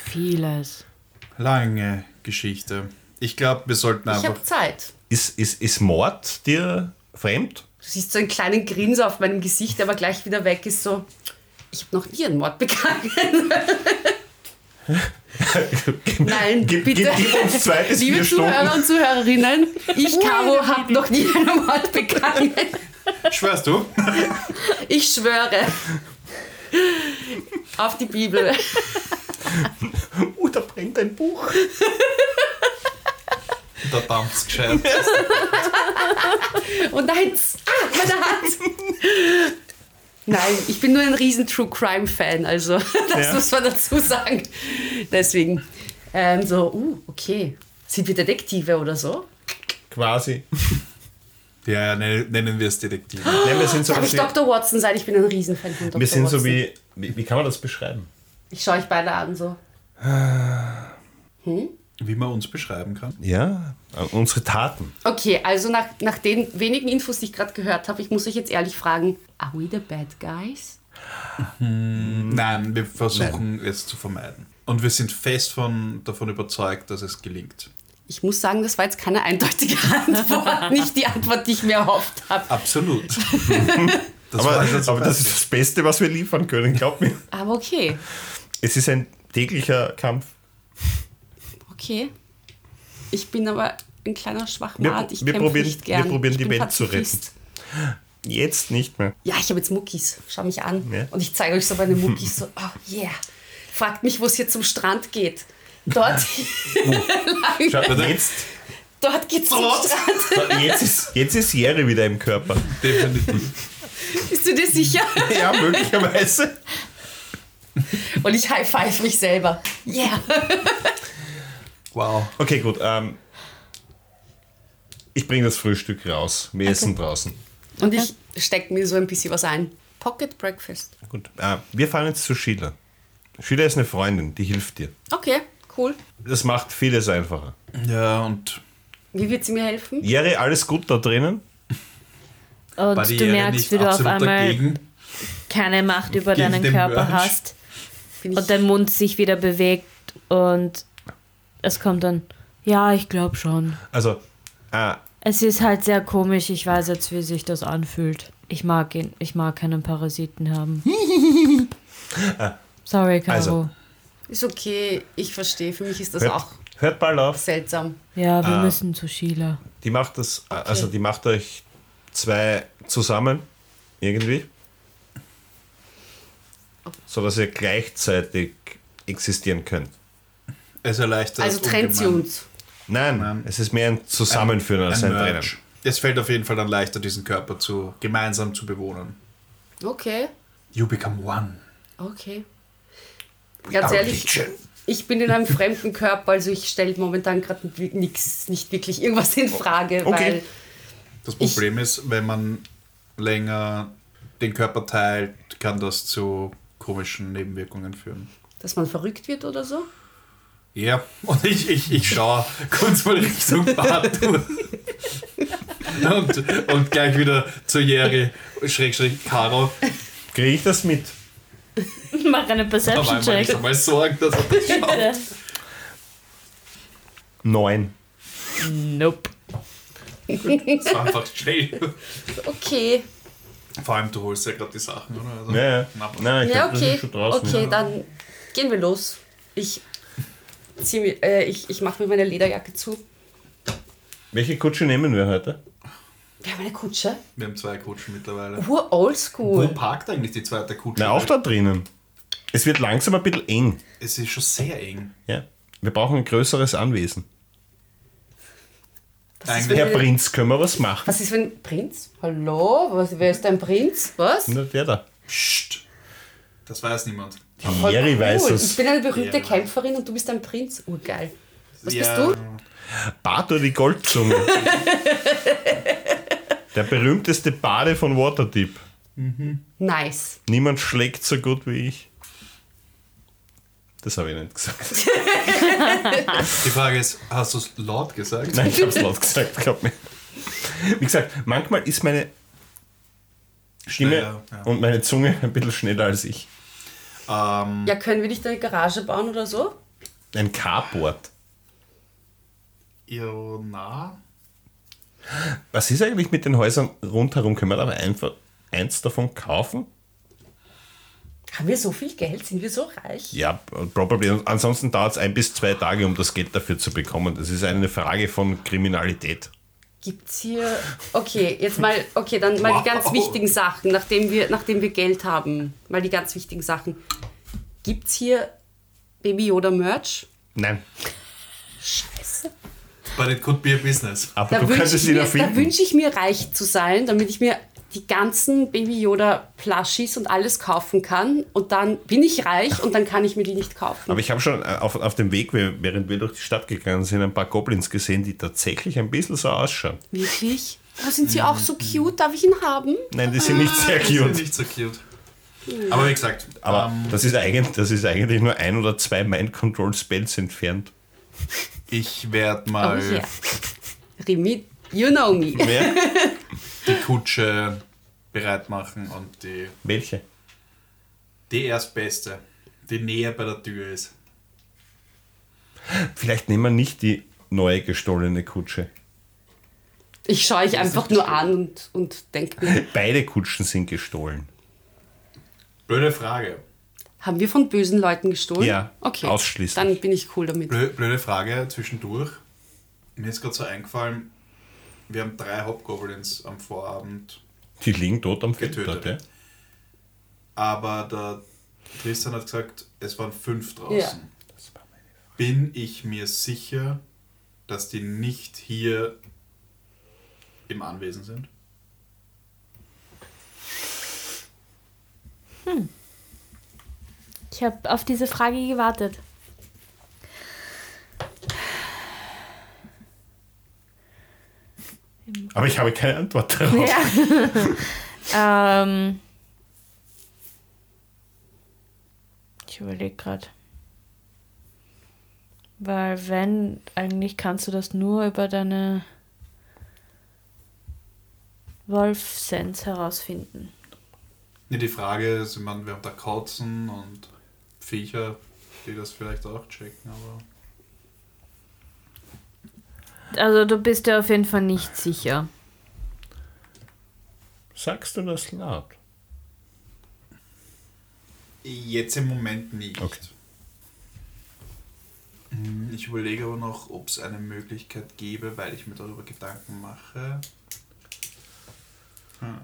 Speaker 5: Vieles.
Speaker 4: lange Geschichte. Ich glaube, wir sollten
Speaker 1: Ich habe
Speaker 4: einfach.
Speaker 1: Zeit.
Speaker 2: Ist, ist, ist Mord dir fremd?
Speaker 1: Du siehst so einen kleinen Grinser auf meinem Gesicht, der aber gleich wieder weg ist, so, ich habe noch nie einen Mord begangen. Nein,
Speaker 2: Gib,
Speaker 1: bitte.
Speaker 2: gib, gib uns zwei bis
Speaker 1: Liebe
Speaker 2: vier Stunden.
Speaker 1: Zuhörer und Zuhörerinnen, ich, Caro, habe noch nie einen Mord begangen.
Speaker 4: Schwörst du?
Speaker 1: Ich schwöre. Auf die Bibel.
Speaker 2: Uh, da brennt ein Buch.
Speaker 4: Da dampft's gescheit.
Speaker 1: Und nein, ah, meine Hand. Nein, ich bin nur ein riesen True Crime Fan, also das
Speaker 2: Ja.
Speaker 1: muss man dazu sagen. Deswegen, ähm, so, uh, okay, sind wir Detektive oder so?
Speaker 2: Quasi.
Speaker 4: Ja, ja, ne- nennen wir es Detektive.
Speaker 2: Nein, wir sind so,
Speaker 1: Darf ich
Speaker 2: wir
Speaker 1: Dr. Watson sein? Ich bin ein Riesenfan von Dr.
Speaker 2: sind
Speaker 1: Watson.
Speaker 2: so wie, wie, wie kann man das beschreiben?
Speaker 1: Ich schaue euch beide an, so.
Speaker 4: Wie man uns beschreiben kann.
Speaker 2: Ja, äh, unsere Taten.
Speaker 1: Okay, also nach, nach den wenigen Infos, die ich gerade gehört habe, ich muss euch jetzt ehrlich fragen, are we the bad guys?
Speaker 2: Mhm.
Speaker 4: Nein, wir versuchen es zu vermeiden. Und wir sind fest von, davon überzeugt, dass es gelingt.
Speaker 1: Ich muss sagen, das war jetzt keine eindeutige Antwort, nicht die Antwort, die ich mir erhofft habe.
Speaker 4: Absolut. Das
Speaker 2: Aber,
Speaker 4: war jetzt
Speaker 2: aber das ist das Beste, was wir liefern können, glaub mir.
Speaker 1: Aber okay,
Speaker 2: Es ist ein täglicher Kampf.
Speaker 1: okay. Ich bin aber ein kleiner
Speaker 2: Wir-
Speaker 1: Schwachmat, ich
Speaker 2: wir
Speaker 1: kämpfe
Speaker 2: probieren-
Speaker 1: nicht gern.
Speaker 2: wir probieren
Speaker 1: ich
Speaker 2: die
Speaker 1: bin
Speaker 2: Welt zu retten.
Speaker 1: Pazifist.
Speaker 2: Jetzt nicht mehr.
Speaker 1: Ja, ich habe jetzt Muckis, schau mich an.
Speaker 2: Ja.
Speaker 1: Und ich zeige euch so meine Muckis, so, oh yeah. Fragt mich, wo es hier zum Strand geht. Dort,
Speaker 2: Uh. Schau, jetzt,
Speaker 1: dort geht's zum Strand.
Speaker 2: jetzt, ist, jetzt ist Jerry wieder im Körper.
Speaker 4: definitiv.
Speaker 1: Bist du dir sicher?
Speaker 2: Ja, möglicherweise.
Speaker 1: Und ich high-five mich selber. Yeah.
Speaker 4: Wow.
Speaker 2: Okay, gut. Ähm, ich bringe das Frühstück raus. Wir essen draußen.
Speaker 1: Und ich stecke mir so ein bisschen was ein. Pocket Breakfast.
Speaker 2: Gut. Äh, wir fahren jetzt zu Sheila. Sheila ist eine Freundin, die hilft dir.
Speaker 1: Okay, cool.
Speaker 2: Das macht vieles einfacher.
Speaker 4: Ja, und
Speaker 1: Wie wird sie mir helfen?
Speaker 2: Jerry, alles gut da drinnen?
Speaker 3: Und du
Speaker 4: Barriere
Speaker 3: merkst,
Speaker 4: nicht
Speaker 3: wie du auf
Speaker 4: absolut
Speaker 3: einmal
Speaker 4: dagegen.
Speaker 3: keine Macht über
Speaker 4: Gegen
Speaker 3: deinen
Speaker 4: den
Speaker 3: Körper
Speaker 4: Merch.
Speaker 3: hast
Speaker 1: Bin ich-
Speaker 3: und dein Mund sich wieder bewegt und es kommt dann,
Speaker 5: Ja, ich glaube schon.
Speaker 2: Also, äh,
Speaker 5: Es ist halt sehr komisch. Ich weiß jetzt, wie sich das anfühlt. Ich mag ihn. Ich mag keinen Parasiten haben. Sorry, Caro.
Speaker 2: Also.
Speaker 1: Ist okay, ich verstehe. Für mich ist das
Speaker 2: hört,
Speaker 1: auch
Speaker 2: hört bald auf.
Speaker 1: seltsam.
Speaker 5: ja, wir müssen zu Sheila.
Speaker 2: Die macht das, äh, also die macht euch zwei zusammen, irgendwie. So dass ihr gleichzeitig existieren könnt.
Speaker 4: es erleichtert
Speaker 1: also trennt sie
Speaker 4: ungemein.
Speaker 1: uns.
Speaker 2: Nein,
Speaker 4: Nein.
Speaker 2: es ist mehr ein Zusammenführen als ein, Trennen.
Speaker 4: Merch. Es fällt auf jeden Fall dann leichter, diesen Körper zu, gemeinsam zu bewohnen.
Speaker 1: Okay,
Speaker 4: You become one.
Speaker 1: okay. Ganz ehrlich, ich bin in einem fremden Körper, also ich stelle momentan gerade nichts, nicht wirklich irgendwas in Frage,
Speaker 2: Oh, Okay.
Speaker 1: weil
Speaker 4: Das Problem ist, wenn man länger den Körper teilt, kann das zu komischen Nebenwirkungen führen.
Speaker 1: dass man verrückt wird oder so.
Speaker 4: Ja, und ich, ich, ich schaue kurz mal Richtung Bartur. Und, und gleich wieder zu Jerry, Schrägstrich Caro.
Speaker 2: Kriege ich das mit?
Speaker 3: mach einen
Speaker 4: Da war
Speaker 3: Perception
Speaker 4: ich mir nicht
Speaker 3: Check.
Speaker 4: einmal Sorgen, dass er das schaut.
Speaker 2: Neun.
Speaker 5: Nope.
Speaker 4: Das war einfach schnell.
Speaker 1: Okay,
Speaker 4: Vor allem, du holst ja gerade die Sachen, oder? Also,
Speaker 2: Ja, ja.
Speaker 4: na,
Speaker 2: Nein, ich
Speaker 1: ja
Speaker 2: glaub, das
Speaker 1: okay,
Speaker 2: ist schon draußen.
Speaker 1: okay, dann gehen wir los. Ich, zieh mir- äh, ich, ich mache mir meine Lederjacke zu.
Speaker 2: Welche Kutsche nehmen wir heute?
Speaker 1: Wir haben eine Kutsche.
Speaker 4: Wir haben zwei Kutschen mittlerweile.
Speaker 1: Ur oldschool.
Speaker 4: Wo parkt eigentlich die zweite Kutsche?
Speaker 2: Na, auch da drinnen. Es wird langsam ein bisschen eng.
Speaker 4: Es ist schon sehr eng.
Speaker 2: Ja. Wir brauchen ein größeres Anwesen.
Speaker 1: Was ist,
Speaker 4: Eigentlich-
Speaker 2: Herr
Speaker 1: wenn wir,
Speaker 2: Prinz, können wir was machen?
Speaker 1: Äh. was ist, wenn. Prinz? Hallo? Was, wer ist dein Prinz? Was?
Speaker 2: Na, Der da.
Speaker 4: Psst. Das weiß niemand.
Speaker 1: Voll
Speaker 2: Jerry weiß
Speaker 1: cool.
Speaker 2: es.
Speaker 1: Ich bin eine berühmte
Speaker 4: Ja.
Speaker 1: Kämpferin und du bist ein Prinz. Urgeil. Was
Speaker 4: Ja,
Speaker 1: bist du?
Speaker 2: Bartur die Goldzunge. Der berühmteste Bade von Waterdeep.
Speaker 1: Nice.
Speaker 2: Niemand schlägt so gut wie ich. Das habe ich nicht gesagt.
Speaker 4: Die Frage ist, hast du es laut gesagt?
Speaker 2: Nein, ich habe es laut gesagt, glaub mir. Wie gesagt, manchmal ist meine Stimme
Speaker 4: Schneller, ja.
Speaker 2: und meine Zunge ein bisschen schneller als ich.
Speaker 4: Ähm,
Speaker 1: Ja, können wir nicht eine Garage bauen oder so?
Speaker 2: Ein Carport.
Speaker 4: ja, na.
Speaker 2: Was ist eigentlich mit den Häusern rundherum? Können wir da einfach eins davon kaufen?
Speaker 1: Haben wir so viel Geld? Sind wir so reich?
Speaker 2: Ja, probably. Und Ansonsten dauert es ein bis zwei Tage, um das Geld dafür zu bekommen. Das ist eine Frage von Kriminalität.
Speaker 1: Gibt's hier. Okay, jetzt mal, okay, dann mal die ganz
Speaker 4: Wow.
Speaker 1: wichtigen Sachen, nachdem wir, nachdem wir Geld haben. Mal die ganz wichtigen Sachen. Gibt's hier Baby Yoda Merch?
Speaker 2: Nein,
Speaker 1: Scheiße.
Speaker 4: But it could be a business.
Speaker 2: aber
Speaker 1: Da
Speaker 2: du kannst
Speaker 1: wünsche ich,
Speaker 2: es
Speaker 1: mir-
Speaker 2: wieder
Speaker 1: da
Speaker 2: finden.
Speaker 1: wünsch ich mir reich zu sein, damit ich mir die ganzen Baby Yoda Plushies und alles kaufen kann. Und dann bin ich reich und dann kann ich mir die nicht kaufen.
Speaker 2: Aber ich habe schon äh, auf, auf dem Weg, wir- während wir durch die Stadt gegangen sind, ein paar Goblins gesehen, die tatsächlich ein bisschen so ausschauen.
Speaker 1: Wirklich? Oh, sind sie auch so cute? Darf ich ihn haben?
Speaker 2: Nein, die sind nicht sehr
Speaker 4: Das ist ja
Speaker 2: cute.
Speaker 4: nicht so cute. Aber wie gesagt,
Speaker 2: Aber
Speaker 4: ähm,
Speaker 2: das, ist eigentlich, das ist eigentlich nur ein oder zwei Mind-Control-Spells entfernt.
Speaker 4: ich werde
Speaker 1: Oh
Speaker 4: mal
Speaker 1: yeah. Remi, you know me.
Speaker 2: Wer?
Speaker 4: die Kutsche bereit machen und die,
Speaker 2: Welche?
Speaker 4: die erstbeste, die näher bei der Tür ist.
Speaker 2: Vielleicht nehmen wir nicht die neue gestohlene Kutsche.
Speaker 1: Ich schaue euch einfach nur an und, und denke mir,
Speaker 2: Beide Kutschen sind gestohlen.
Speaker 4: Blöde Frage.
Speaker 1: haben wir von bösen Leuten gestohlen?
Speaker 2: Ja,
Speaker 1: okay.
Speaker 2: ausschließlich.
Speaker 1: Dann bin ich cool damit.
Speaker 4: Blö- Blöde Frage zwischendurch. Mir ist gerade so eingefallen, wir haben drei Hobgoblins am Vorabend,
Speaker 2: Die liegen tot am Feld
Speaker 4: Getötet.
Speaker 2: dort, ja?
Speaker 4: aber der Tristan hat gesagt, es waren fünf draußen.
Speaker 1: Ja.
Speaker 4: Bin ich mir sicher, dass die nicht hier im Anwesen sind?
Speaker 3: Ich habe auf diese Frage gewartet.
Speaker 2: Aber ich habe keine Antwort darauf.
Speaker 3: Ähm, ich überlege gerade. Weil wenn, eigentlich kannst du das nur über deine Wolf-Sense herausfinden.
Speaker 4: Nee, die Frage ist, ich meine, wir haben da Katzen und Viecher, die das vielleicht auch checken, aber
Speaker 5: Also du bist dir auf jeden Fall nicht sicher.
Speaker 2: Sagst du das laut?
Speaker 4: jetzt im Moment nicht.
Speaker 2: Okay.
Speaker 4: Hm, Ich überlege aber noch, ob es eine Möglichkeit gäbe, weil ich mir darüber Gedanken mache. Hm.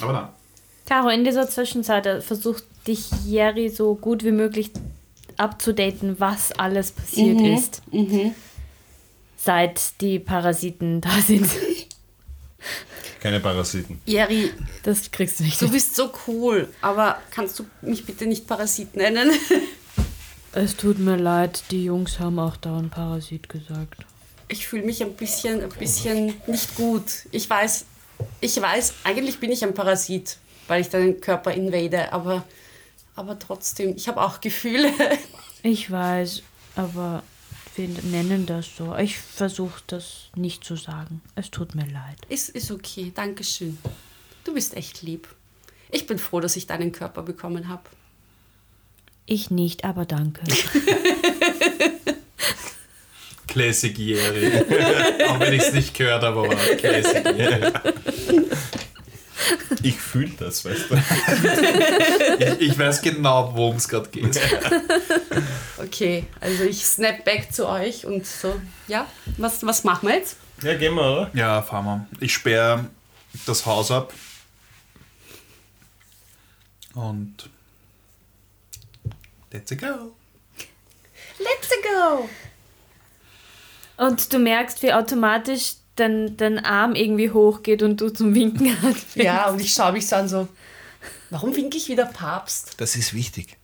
Speaker 4: Aber nein.
Speaker 3: Caro, in dieser
Speaker 5: äh,
Speaker 3: Zwischenzeit versucht dich Jerry so gut wie möglich abzudaten, was alles passiert
Speaker 1: Mhm.
Speaker 3: ist. Seit die Parasiten da sind.
Speaker 2: Keine Parasiten.
Speaker 1: Jerry,
Speaker 5: Das kriegst du nicht.
Speaker 1: du bist so cool, aber kannst du mich bitte nicht Parasit nennen?
Speaker 5: Es tut mir leid, die Jungs haben auch da ein Parasit gesagt.
Speaker 1: Ich fühle mich ein bisschen, ein bisschen nicht gut. Ich weiß, ich weiß, eigentlich bin ich ein Parasit, weil ich deinen Körper invade, aber, aber trotzdem, ich habe auch Gefühle.
Speaker 5: Ich weiß, aber wir nennen das so. Ich versuche das nicht zu sagen. Es tut mir leid.
Speaker 1: Ist, ist okay, danke schön. Du bist echt lieb. Ich bin froh, dass ich deinen Körper bekommen habe.
Speaker 5: Ich nicht, aber danke.
Speaker 4: Classic Jerry. auch wenn ich es nicht gehört habe, aber Classic Jerry.
Speaker 2: Ich fühle das, weißt du?
Speaker 4: Ich, ich weiß genau, worum es gerade geht.
Speaker 1: Okay, also ich snap back zu euch und so. Ja, was, was machen wir jetzt?
Speaker 2: Ja, gehen wir, oder?
Speaker 4: Ja, fahren wir. Ich sperre das Haus ab. Und. Let's go.
Speaker 1: Let's go!
Speaker 3: Und du merkst, wie automatisch dein, dein Arm irgendwie hochgeht und du zum Winken anfängst.
Speaker 1: Ja, und ich schaue mich so an, so, warum winke ich wieder Papst?
Speaker 2: Das ist wichtig.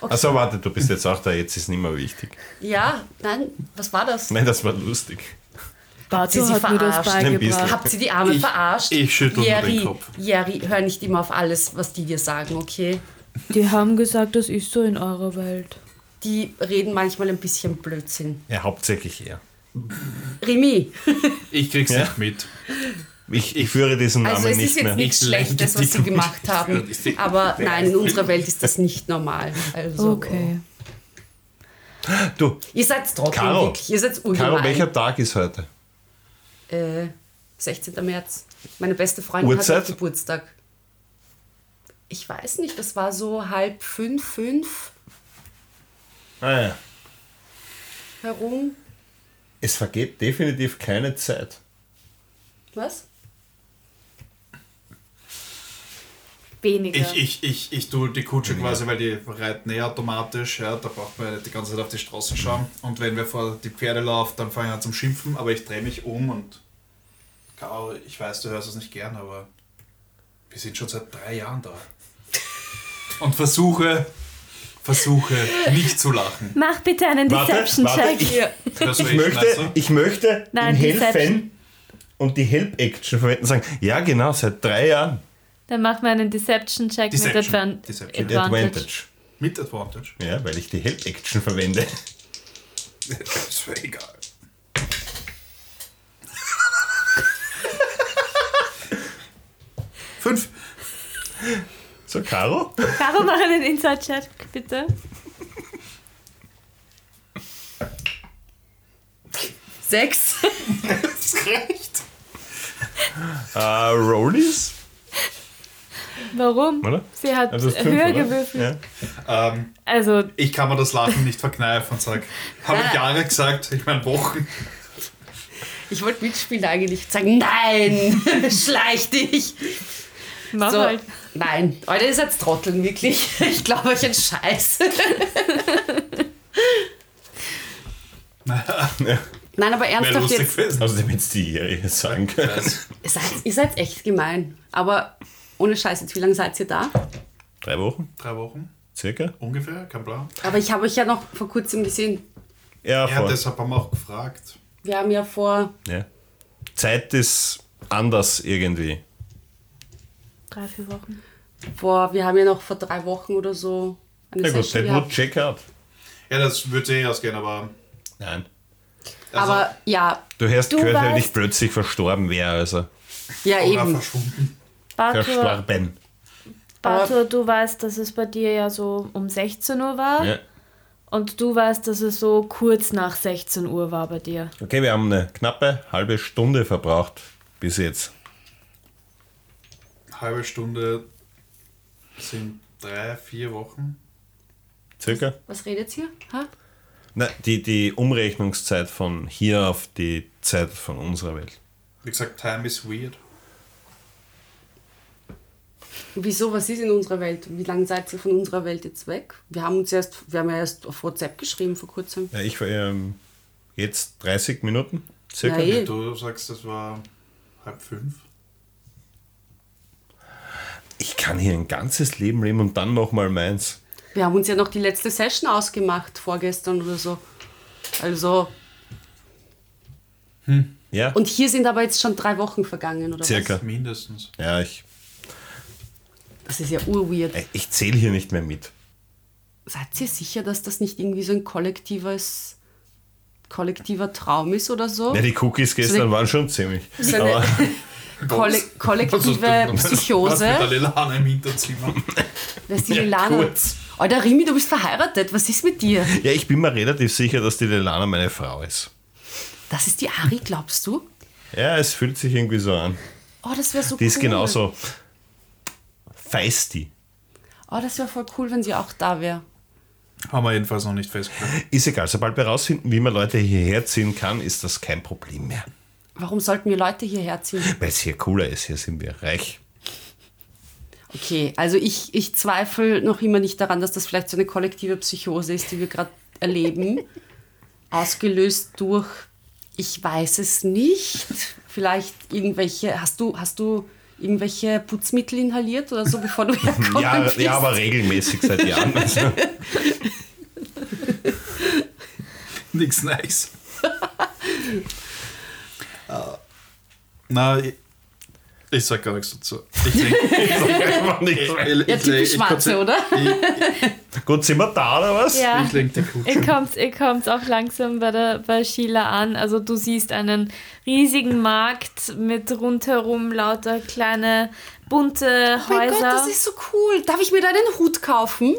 Speaker 2: Also warte, du bist jetzt auch da, jetzt ist nicht mehr wichtig.
Speaker 1: Ja, nein, was war das?
Speaker 2: Nein, das war lustig.
Speaker 1: sie
Speaker 5: Bato
Speaker 1: sie
Speaker 5: hat mir das
Speaker 1: verarscht?
Speaker 2: Ein bisschen.
Speaker 5: beigebracht.
Speaker 1: Habt ihr die Arme
Speaker 4: Ich-
Speaker 1: verarscht?
Speaker 4: ich schüttel nur den
Speaker 1: Jerry,
Speaker 4: Kopf.
Speaker 1: Jerry, hör nicht immer auf alles, was die dir sagen, okay?
Speaker 5: Die haben gesagt, das ist so in eurer Welt.
Speaker 1: Die reden manchmal ein bisschen Blödsinn.
Speaker 2: Ja, hauptsächlich er.
Speaker 1: Remy,
Speaker 4: Ich krieg's
Speaker 2: Ja.
Speaker 4: nicht mit.
Speaker 2: Ich, ich führe diesen
Speaker 1: also
Speaker 2: Namen
Speaker 1: es
Speaker 2: nicht
Speaker 1: ist jetzt
Speaker 2: mehr.
Speaker 1: nichts Schlechtes, was sie gemacht haben. Aber nein, in unserer Welt ist das nicht normal. Also,
Speaker 5: Okay.
Speaker 2: Du,
Speaker 1: Ihr seid trotzdem
Speaker 2: Caro.
Speaker 1: wirklich. Ihr seid
Speaker 2: Caro,
Speaker 1: urgemein.
Speaker 2: welcher Tag ist heute?
Speaker 1: äh, 16. März. Meine beste Freundin
Speaker 2: Uhrzeit?
Speaker 1: hat heute Geburtstag. Ich weiß nicht, das war so halb fünf, fünf
Speaker 2: Ah, ja.
Speaker 1: herum.
Speaker 2: Es vergeht definitiv keine Zeit.
Speaker 1: Was?
Speaker 3: Weniger.
Speaker 4: Ich, ich, ich, ich tue die Kutsche quasi, weil die reiten eh automatisch. Ja, da braucht man nicht die ganze Zeit auf die Straße schauen. Und wenn wir vor die Pferde laufen, dann fangen wir an zum Schimpfen. Aber ich drehe mich um und. Caro, ich weiß, du hörst es nicht gern, aber wir sind schon seit drei Jahren da. Und versuche, versuche nicht zu lachen.
Speaker 3: Mach bitte einen
Speaker 2: Warte, warte,
Speaker 3: Deception-Check.
Speaker 2: ich-
Speaker 1: Ja.
Speaker 4: Das
Speaker 2: Ich möchte, ich möchte
Speaker 3: Nein,
Speaker 2: ihm
Speaker 3: die selbst-
Speaker 2: helfen und die Help-Action verwenden und sagen, ja genau, seit drei Jahren
Speaker 3: Dann machen wir einen Deception-Check mit
Speaker 4: Deception.
Speaker 3: Advan
Speaker 4: Deception.
Speaker 2: die Advantage.
Speaker 3: Advantage.
Speaker 4: Mit Advantage.
Speaker 2: Ja, weil ich die Help-Action verwende.
Speaker 4: Das wäre egal. Fünf.
Speaker 2: So, Caro?
Speaker 3: Caro, mach einen Inside-Check, bitte.
Speaker 1: 6.
Speaker 4: Das reicht.
Speaker 2: Äh, Rollies,
Speaker 3: Warum?
Speaker 2: oder?
Speaker 3: Sie hat äh,
Speaker 2: Also das ist fünf,
Speaker 3: höher
Speaker 2: oder?
Speaker 3: gewürfelt.
Speaker 2: Ja.
Speaker 4: Ähm,
Speaker 3: Also,
Speaker 4: ich kann mir das Lachen nicht verkneifen und sage, habe ich Jahre gesagt, ich meine Wochen.
Speaker 1: Ich wollte mitspielen eigentlich sagen, nein, schleich dich.
Speaker 3: mach
Speaker 1: So,
Speaker 3: halt.
Speaker 1: nein, Alter, ihr seid Trotteln, wirklich. Ich glaube euch ein Scheiß. Nein, aber
Speaker 4: Wäre
Speaker 1: ernsthaft
Speaker 4: lustig
Speaker 1: jetzt,
Speaker 4: gewesen.
Speaker 2: Also damit die hier jetzt sagen können.
Speaker 1: ihr seid, ihr seid echt gemein. Aber ohne Scheiß jetzt, wie lange seid ihr da?
Speaker 2: Drei Wochen,
Speaker 4: Drei Wochen
Speaker 2: circa?
Speaker 4: ungefähr, kein Plan.
Speaker 1: Aber ich habe euch ja noch vor kurzem gesehen.
Speaker 2: Ja,
Speaker 4: Ja,
Speaker 2: voll.
Speaker 4: deshalb haben wir auch gefragt.
Speaker 1: Wir haben ja vor,
Speaker 2: Ja. Zeit ist anders irgendwie.
Speaker 3: Drei, vier Wochen.
Speaker 1: vor, wir haben ja noch vor drei Wochen oder so eine
Speaker 2: Ja gut,
Speaker 1: Session
Speaker 2: that would
Speaker 1: gehabt.
Speaker 2: check out.
Speaker 4: Ja, das würde sich eh ausgehen, aber.
Speaker 2: Nein.
Speaker 4: Also,
Speaker 1: Aber ja,
Speaker 2: Du hast
Speaker 1: Du
Speaker 2: gehört, wenn
Speaker 1: warst-
Speaker 2: ich plötzlich verstorben wäre, also.
Speaker 1: ja
Speaker 4: Oder
Speaker 1: eben.
Speaker 4: verschwunden.
Speaker 3: Bartur,
Speaker 2: Verstorben.
Speaker 3: Bartur, du weißt, dass es bei dir ja so um 16 Uhr war.
Speaker 2: Ja.
Speaker 3: Und du weißt, dass es so kurz nach 16 Uhr war bei dir.
Speaker 2: Okay, wir haben eine knappe halbe Stunde verbraucht bis jetzt.
Speaker 4: Halbe Stunde sind drei, vier Wochen.
Speaker 2: Circa.
Speaker 1: Was redet ihr? Ha?
Speaker 2: Na, die, die Umrechnungszeit von hier auf die Zeit von unserer Welt.
Speaker 4: Wie gesagt, Time is weird.
Speaker 1: Wieso, was ist in unserer Welt? Wie lange seid ihr von unserer Welt jetzt weg? Wir haben uns erst, wir haben ja erst auf WhatsApp geschrieben vor kurzem.
Speaker 2: Ja, ich war ähm, jetzt 30 Minuten circa.
Speaker 1: Ja, eh.
Speaker 4: Du sagst, das war halb fünf.
Speaker 2: Ich kann hier ein ganzes Leben leben und dann nochmal meins.
Speaker 1: Wir haben uns ja noch die letzte Session ausgemacht, vorgestern oder so. Also,
Speaker 2: Ja,
Speaker 1: und hier sind aber jetzt schon drei Wochen vergangen, oder
Speaker 2: circa.
Speaker 4: Mindestens.
Speaker 2: Ja, ich,
Speaker 1: was? Das ist ja urweird.
Speaker 2: äh, ich zähle hier nicht mehr mit.
Speaker 1: Seid ihr sicher, dass das nicht irgendwie so ein kollektives, kollektiver Traum ist oder so?
Speaker 2: Ja, die Cookies gestern
Speaker 1: eine-
Speaker 2: waren schon ziemlich.
Speaker 1: so eine
Speaker 2: Aber
Speaker 1: Kolle kollektive
Speaker 4: Was mit der
Speaker 1: Psychose.
Speaker 4: Lilane im Hinterzimmer.
Speaker 1: Das ist die Lilana.
Speaker 2: kurz.
Speaker 1: Alter, Rimi, du bist verheiratet. Was ist mit dir?
Speaker 2: ja, ich bin mir relativ sicher, dass die Lelana meine Frau ist.
Speaker 1: Das ist die Ari, glaubst du?
Speaker 2: Ja, es fühlt sich irgendwie so an.
Speaker 1: Oh, das wäre so
Speaker 2: Die
Speaker 1: cool.
Speaker 2: ist genauso feisty.
Speaker 1: Oh, das wäre voll cool, wenn sie auch da wäre.
Speaker 4: Haben wir jedenfalls noch nicht festgestellt.
Speaker 2: Ist egal, sobald wir rausfinden, wie man Leute hierher ziehen kann, ist das kein Problem mehr.
Speaker 1: Warum sollten wir Leute hierher ziehen?
Speaker 2: Weil es hier cooler ist, hier sind wir reich.
Speaker 1: Okay, also ich, ich zweifle noch immer nicht daran, dass das vielleicht so eine kollektive Psychose ist, die wir gerade erleben. Ausgelöst durch, ich weiß es nicht, vielleicht irgendwelche, hast du, hast du irgendwelche Putzmittel inhaliert oder so, bevor du hergekommen
Speaker 2: Ja,
Speaker 1: bist?
Speaker 2: ja, aber regelmäßig seit Jahren.
Speaker 4: Nix nice. Äh, Na, ich, ich sag gar nichts dazu. Ich denke,
Speaker 1: Ja, typisch Schwarze, oder?
Speaker 2: Gut, sind wir da oder was?
Speaker 3: Ja.
Speaker 4: Ich lenke die Kutsche.
Speaker 3: Ihr kommt, ihr kommt auch langsam bei, der, bei Sheila an. Also du siehst einen riesigen Markt mit rundherum lauter kleine bunte
Speaker 1: Oh mein
Speaker 3: Häuser.
Speaker 1: Gott, das ist so cool. Darf ich mir da einen Hut kaufen?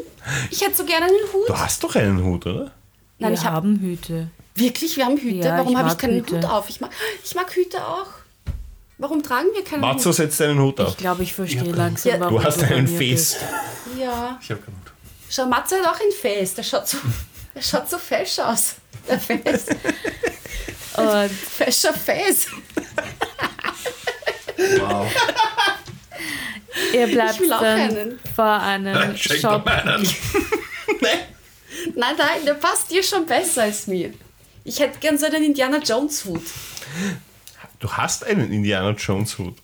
Speaker 1: Ich hätte so gerne einen Hut.
Speaker 5: Mhm.
Speaker 2: Du hast doch einen Hut, oder?
Speaker 1: Nein,
Speaker 5: wir
Speaker 1: ich hab-
Speaker 5: haben Hüte.
Speaker 1: Wirklich, wir haben Hüte.
Speaker 5: Ja,
Speaker 1: Warum
Speaker 5: ich
Speaker 1: habe ich
Speaker 5: mag
Speaker 1: keinen
Speaker 5: Hüte.
Speaker 1: Hut auf? Ich mag, ich mag Hüte auch. Warum tragen wir keinen
Speaker 2: Matzo
Speaker 1: Hut?
Speaker 2: setzt deinen Hut
Speaker 5: Ich
Speaker 2: auf.
Speaker 5: glaube, ich verstehe
Speaker 4: Ja.
Speaker 5: langsam,
Speaker 1: Ja.
Speaker 5: warum
Speaker 2: Du hast
Speaker 5: bei
Speaker 2: einen
Speaker 5: mir
Speaker 2: Face.
Speaker 1: Ja.
Speaker 4: Ich habe keinen Hut.
Speaker 1: Schau, Matze hat auch ein Fest. Der schaut so, der schaut so fesch aus. Der Fest.
Speaker 3: Und
Speaker 1: Fescher Fest.
Speaker 4: Wow.
Speaker 3: ihr bleibt
Speaker 1: Ich will auch
Speaker 3: dann
Speaker 1: einen.
Speaker 3: vor einem
Speaker 4: Schenk doch
Speaker 3: Shop.
Speaker 4: meinen.
Speaker 1: Nein, nein, der passt dir schon besser als mir. Ich hätte gern so einen Indiana Jones Hut.
Speaker 2: Du hast einen Indiana Jones Hut.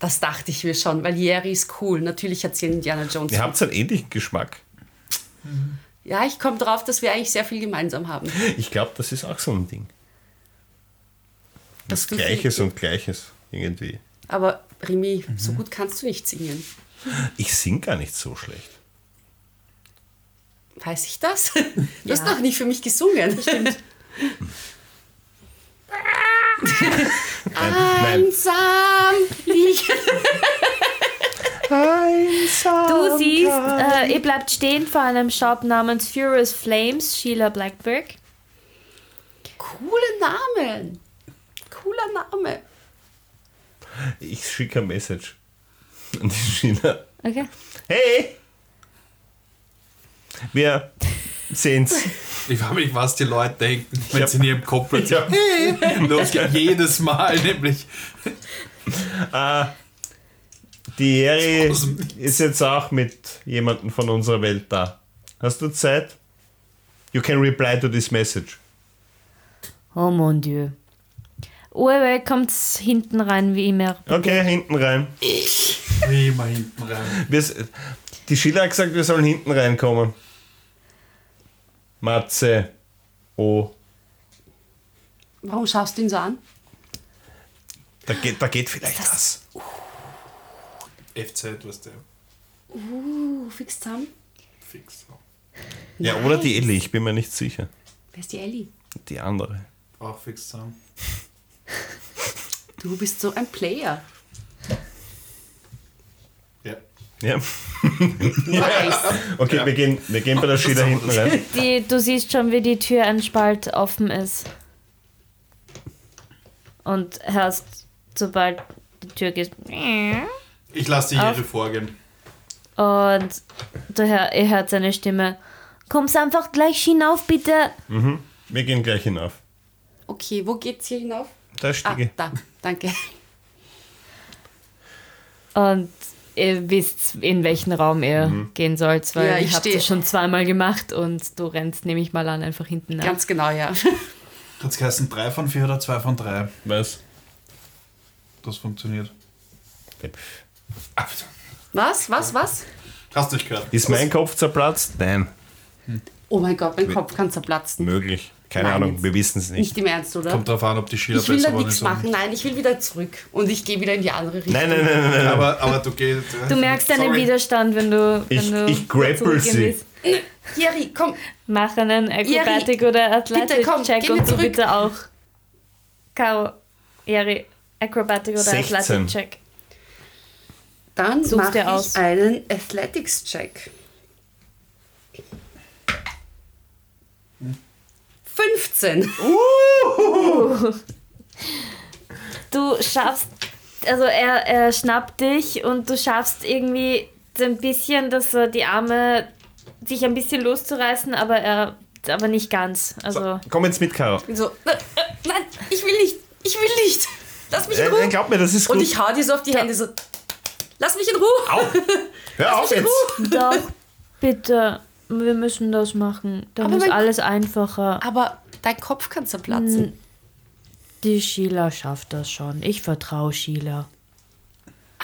Speaker 1: Das dachte ich mir schon, weil Jerry ist cool. Natürlich hat sie einen Indiana Jones
Speaker 2: Ihr
Speaker 1: Hut.
Speaker 2: habt einen ähnlichen Geschmack.
Speaker 1: Ja, ich komme drauf, dass wir eigentlich sehr viel gemeinsam haben.
Speaker 2: Ich glaube, das ist auch so ein Ding.
Speaker 1: Das
Speaker 2: Gleiches und Gleiches irgendwie.
Speaker 1: Aber Rimi, so gut kannst du nicht singen.
Speaker 2: Ich sing gar nicht so schlecht.
Speaker 1: Weiß ich das? Du hast noch nicht für mich gesungen.
Speaker 2: Nein,
Speaker 5: Ah.
Speaker 2: nein.
Speaker 1: Einsam liegt
Speaker 3: Du siehst, äh, ihr bleibt stehen vor einem Shop namens Furious Flames, Sheila Blackberg.
Speaker 1: Coole Namen. Cooler Name.
Speaker 2: Ich schicke ein Message an die Schiene.
Speaker 3: Okay.
Speaker 2: Hey! Wir sehen's.
Speaker 4: Ich frage mich, was die Leute denken, wenn
Speaker 2: hab-
Speaker 4: sie in ihrem Kopf plötzlich losgehen. Jedes Mal, nämlich.
Speaker 2: Die Eri
Speaker 4: Aus dem Nichts.
Speaker 2: ist jetzt auch mit jemandem von unserer Welt da. Hast du Zeit? You can reply to this message.
Speaker 5: Oh mon Dieu.
Speaker 3: Uwe kommt hinten rein, wie immer.
Speaker 2: Okay, hinten rein.
Speaker 4: Wie immer hinten rein.
Speaker 2: Wir, s- die Schiller hat gesagt, wir sollen hinten reinkommen. Matze. Oh.
Speaker 1: Warum schaust du ihn so an?
Speaker 2: Da geht, da geht vielleicht was.
Speaker 4: FZ, was der
Speaker 1: Du Uh, fix zusammen.
Speaker 4: fix.
Speaker 2: Ja, oder die Ellie, ich bin mir nicht sicher.
Speaker 1: Wer ist die Ellie?
Speaker 2: Die andere.
Speaker 4: Auch fix zusammen.
Speaker 1: Du bist so ein Player.
Speaker 4: Ja.
Speaker 2: Ja. Okay, wir gehen, wir gehen bei der Schiller hinten rein.
Speaker 3: Die, du siehst schon, wie die Tür ein Spalt offen ist. Und hörst, sobald die Tür geht.
Speaker 4: Ich lasse die Jere vorgehen.
Speaker 3: Und du hör, ihr hört seine Stimme. Kommst einfach gleich hinauf, bitte.
Speaker 2: Wir gehen gleich hinauf.
Speaker 1: Okay, wo geht's hier hinauf?
Speaker 2: Da
Speaker 1: Ah,
Speaker 2: Stiege.
Speaker 1: da. Danke.
Speaker 3: Und ihr wisst, in welchen Raum ihr
Speaker 2: Mhm.
Speaker 3: gehen sollt, weil
Speaker 1: Ja, ich
Speaker 3: ihr habt
Speaker 1: steh-
Speaker 3: es schon zweimal gemacht und du rennst, nehme ich mal an, einfach hinten nach.
Speaker 1: Ganz genau, ja.
Speaker 4: Hat's geheißen 3 von 4 oder 2 von 3?
Speaker 2: Was?
Speaker 4: Das funktioniert. Ah, verdammt.
Speaker 1: Was? Was? Was?
Speaker 4: Hast du nicht gehört?
Speaker 2: Ist mein Kopf zerplatzt? Nein,
Speaker 1: Oh mein Gott, mein Kopf kann zerplatzen.
Speaker 2: möglich. Keine
Speaker 1: Nein,
Speaker 2: Ahnung,
Speaker 1: jetzt-
Speaker 2: wir wissen es nicht.
Speaker 1: Nicht im Ernst, oder?
Speaker 4: Kommt drauf an, ob die Schüler
Speaker 1: ich will da
Speaker 4: besser waren.
Speaker 1: nichts
Speaker 4: oder
Speaker 1: machen. Nein, ich will wieder zurück. Und ich gehe wieder in die andere Richtung.
Speaker 2: Nein, nein, nein, nein, nein.
Speaker 4: Aber, aber du gehst.
Speaker 3: Du merkst deinen
Speaker 4: Sorry.
Speaker 3: Widerstand, wenn du. Wenn
Speaker 2: Ich-
Speaker 3: du
Speaker 2: ich grapple
Speaker 3: zurückgehen
Speaker 2: sie.
Speaker 3: willst.
Speaker 1: Jerry, komm.
Speaker 3: Mach einen Akrobatik oder Athletic
Speaker 1: komm,
Speaker 3: Check
Speaker 1: geh mir
Speaker 3: und du
Speaker 1: zurück.
Speaker 3: bitte auch. Caro, Jari, Akrobatik oder
Speaker 2: 16.
Speaker 3: Athletic Check.
Speaker 1: Dann
Speaker 3: Such's
Speaker 1: mache
Speaker 3: dir
Speaker 1: ich
Speaker 3: aus.
Speaker 1: einen Athletics-Check. 15.
Speaker 3: Du schaffst, also er, er schnappt dich und du schaffst irgendwie so ein bisschen, dass er die Arme sich ein bisschen loszureißen, aber er aber nicht ganz. Also
Speaker 2: Komm jetzt mit, Caro.
Speaker 1: So, äh, äh, nein, ich will nicht. Ich will nicht. Lass mich in
Speaker 2: Äh,
Speaker 1: Ruhe.
Speaker 2: glaub mir, das ist gut.
Speaker 1: Und ich hau dir so auf die Hände so. Lass mich in Ruhe.
Speaker 2: Au! Hör auf jetzt!
Speaker 3: doch, bitte, wir müssen das machen.
Speaker 5: Dann
Speaker 1: Aber
Speaker 5: ist
Speaker 1: mein-
Speaker 5: alles einfacher.
Speaker 1: Aber dein Kopf kann zerplatzen.
Speaker 5: Die Sheila schafft das schon. Ich vertraue Sheila.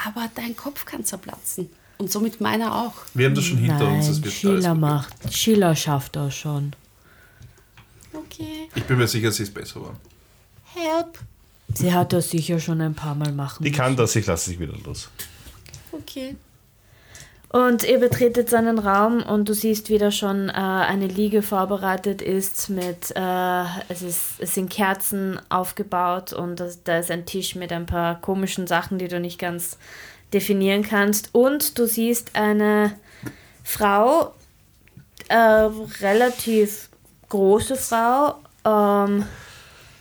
Speaker 1: Aber dein Kopf kann zerplatzen. Und somit meiner auch.
Speaker 4: Wir haben das schon hinter
Speaker 5: Nein,
Speaker 4: uns. Es wird alles
Speaker 5: Sheila
Speaker 4: gut.
Speaker 5: macht. Sheila schafft das schon.
Speaker 1: Okay.
Speaker 4: Ich bin mir sicher, sie ist besser geworden.
Speaker 1: Help.
Speaker 5: Sie hat das sicher schon ein paar Mal machen.
Speaker 2: Die kann das, ich lasse dich wieder los.
Speaker 1: Okay.
Speaker 3: Und ihr betretet seinen Raum und du siehst, wie da schon äh, eine Liege vorbereitet ist mit, äh, es, ist, es sind Kerzen aufgebaut und das, da ist ein Tisch mit ein paar komischen Sachen, die du nicht ganz definieren kannst. Und du siehst eine Frau, äh, relativ große Frau, ähm,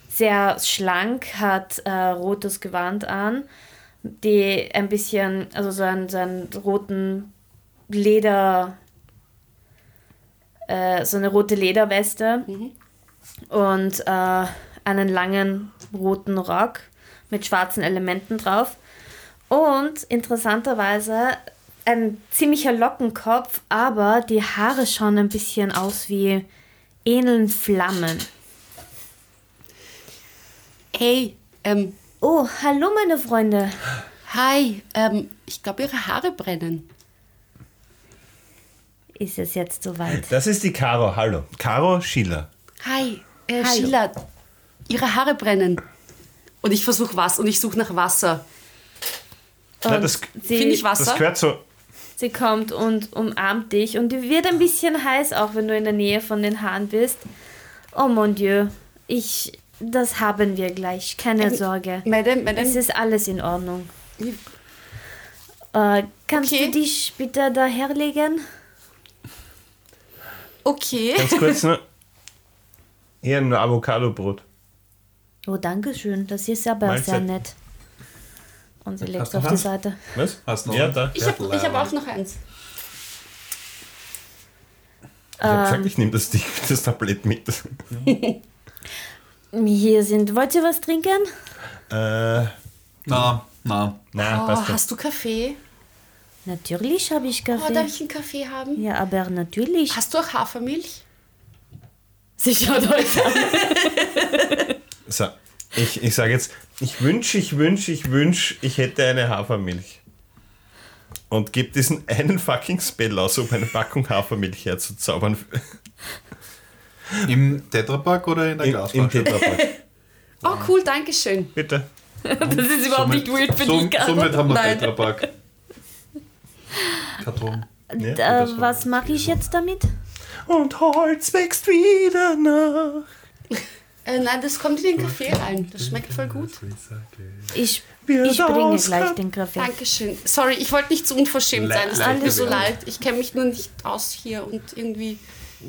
Speaker 3: sehr schlank, hat äh, rotes Gewand an, die ein bisschen, also so einen, so einen roten Leder, äh, so eine rote Lederweste und äh, einen langen roten Rock mit schwarzen Elementen drauf. Und interessanterweise ein ziemlicher Lockenkopf, aber die Haare schauen ein bisschen aus wie ähneln Flammen.
Speaker 1: Hey, ähm,
Speaker 3: Oh, hallo meine Freunde.
Speaker 1: hi, ähm, ich glaube, ihre Haare brennen.
Speaker 3: Ist es jetzt soweit?
Speaker 2: Das ist die Caro, hallo. Caro Schiller.
Speaker 1: Hi, äh,
Speaker 3: Hi.
Speaker 1: Sheila, ihre Haare brennen. Und ich versuche was und ich suche nach Wasser.
Speaker 2: Na,
Speaker 3: Und
Speaker 2: das,
Speaker 3: sie,
Speaker 1: Finde ich
Speaker 2: das
Speaker 1: Wasser?
Speaker 2: gehört so.
Speaker 3: sie kommt und umarmt dich und die wird ein bisschen heiß, auch wenn du in der Nähe von den Haaren bist. Oh mon Dieu, ich, das haben wir gleich, keine
Speaker 1: Äh,
Speaker 3: Sorge.
Speaker 1: Madame,
Speaker 3: Es
Speaker 1: Madame,
Speaker 3: ist alles in Ordnung. Äh, kannst
Speaker 1: Okay.
Speaker 3: du dich bitte da herlegen?
Speaker 1: okay.
Speaker 2: Ganz kurz nur. Hier ein Avocado-Brot.
Speaker 3: Oh, danke schön, das ist aber
Speaker 2: Mahlzeit.
Speaker 3: sehr nett. Und sie legt
Speaker 4: Hast
Speaker 3: es
Speaker 4: du
Speaker 3: auf die
Speaker 4: was?
Speaker 3: Seite.
Speaker 2: Was?
Speaker 4: Hast du noch
Speaker 2: ja,
Speaker 4: einen?
Speaker 2: da.
Speaker 1: Ich habe ich hab auch noch eins.
Speaker 2: Ich hab
Speaker 1: Ähm.
Speaker 2: gesagt, ich nehme das, Ding- das Tablett mit.
Speaker 3: Hier sind, wollt ihr was trinken?
Speaker 2: Äh,
Speaker 4: Na, na.
Speaker 2: na,
Speaker 1: Oh,
Speaker 2: passt
Speaker 1: hast du Kaffee?
Speaker 3: Natürlich habe ich
Speaker 1: Oh,
Speaker 5: Hm.
Speaker 3: Kaffee.
Speaker 1: darf ich einen Kaffee haben?
Speaker 3: ja, aber natürlich.
Speaker 1: Hast du auch Hafermilch? Sie schaut euch an.
Speaker 2: schon. So, ich, ich sage jetzt, ich wünsche, ich wünsche, ich wünsche, ich hätte eine Hafermilch. Und gib diesen einen fucking Spell aus, um eine Packung Hafermilch herzuzaubern.
Speaker 4: Im Tetrapack oder in der
Speaker 2: Im, im
Speaker 4: Glasflasche?
Speaker 2: Tetrapack.
Speaker 1: Oh, cool, danke schön.
Speaker 2: Bitte.
Speaker 3: Das ist überhaupt
Speaker 4: Somit-
Speaker 3: nicht weird für
Speaker 4: som-
Speaker 3: dich, Caro.
Speaker 4: Somit haben wir
Speaker 1: Nein.
Speaker 4: Tetrapack. Karton.
Speaker 2: Ja,
Speaker 3: äh,
Speaker 4: das war-
Speaker 3: was mache ich
Speaker 2: genau.
Speaker 3: jetzt damit?
Speaker 2: Und Holz wächst wieder nach.
Speaker 1: Äh, nein, das kommt in den Kaffee rein. Das schmeckt voll gut.
Speaker 3: Ich,
Speaker 2: Wir
Speaker 3: ich bringe
Speaker 2: raus-
Speaker 3: gleich den Kaffee.
Speaker 1: Dankeschön. Sorry, ich wollte nicht zu unverschämt
Speaker 4: Le-
Speaker 1: sein. Es tut
Speaker 4: leid
Speaker 1: mir so
Speaker 4: gewesen.
Speaker 1: leid. Ich kenne mich nur nicht aus hier und irgendwie,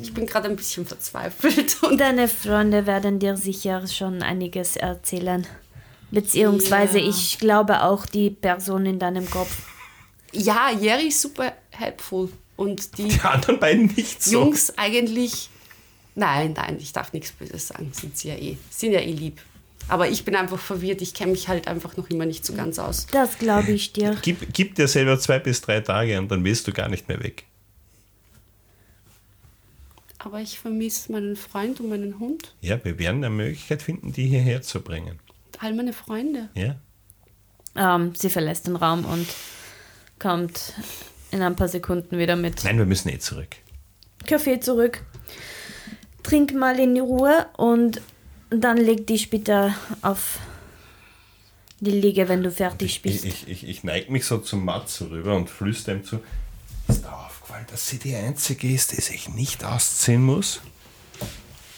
Speaker 1: ich bin gerade ein bisschen verzweifelt. Und
Speaker 3: Deine Freunde werden dir sicher schon einiges erzählen. Beziehungsweise,
Speaker 1: Ja.
Speaker 3: ich glaube auch die Person in deinem Kopf.
Speaker 1: ja, Jerry ist super helpful. Und die
Speaker 2: Die anderen beiden nicht so.
Speaker 1: Jungs eigentlich. Nein, nein, ich darf nichts Böses sagen. Sind sie ja eh. Sind ja eh lieb. Aber ich bin einfach verwirrt. Ich kenne mich halt einfach noch immer nicht so ganz aus.
Speaker 3: Das glaube ich dir.
Speaker 2: Gib, gib dir selber zwei bis drei Tage und dann willst du gar nicht mehr weg.
Speaker 1: Aber ich vermisse meinen Freund und meinen Hund.
Speaker 2: Ja, wir werden eine Möglichkeit finden, die hierher zu bringen.
Speaker 1: All meine Freunde.
Speaker 2: Ja?
Speaker 3: Ähm, sie verlässt den Raum und kommt in ein paar Sekunden wieder mit
Speaker 2: Nein, wir müssen eh zurück.
Speaker 3: Kaffee zurück. Trink mal in Ruhe und dann leg dich bitte auf die Liege, wenn du
Speaker 2: Ich,
Speaker 3: fertig bist.
Speaker 2: ich, ich, ich neige mich so zum Matzo rüber und flüstere ihm zu. Ist dir aufgefallen, dass sie die Einzige ist, die sich nicht ausziehen muss?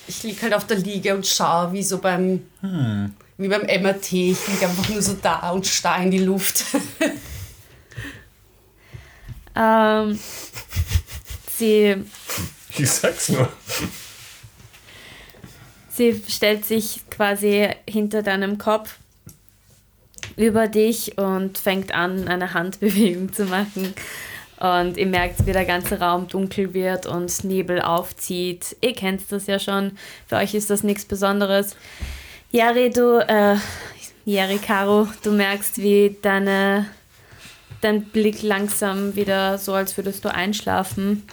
Speaker 1: Ich liege halt auf der Liege und schaue wie so beim.
Speaker 3: Hm.
Speaker 1: Wie beim MRT. Ich liege einfach nur so da und starr in die Luft.
Speaker 3: Ähm, sie,
Speaker 2: Ich sag's nur.
Speaker 3: sie stellt sich quasi hinter deinem Kopf über dich und fängt an, eine Handbewegung zu machen. Und ihr merkt, wie der ganze Raum dunkel wird und Nebel aufzieht. Ihr kennt das ja schon. Für euch ist das nichts Besonderes. Jari, du, äh, Jari, Caro, du merkst, wie deine, dein Blick langsam wieder so, als würdest du einschlafen.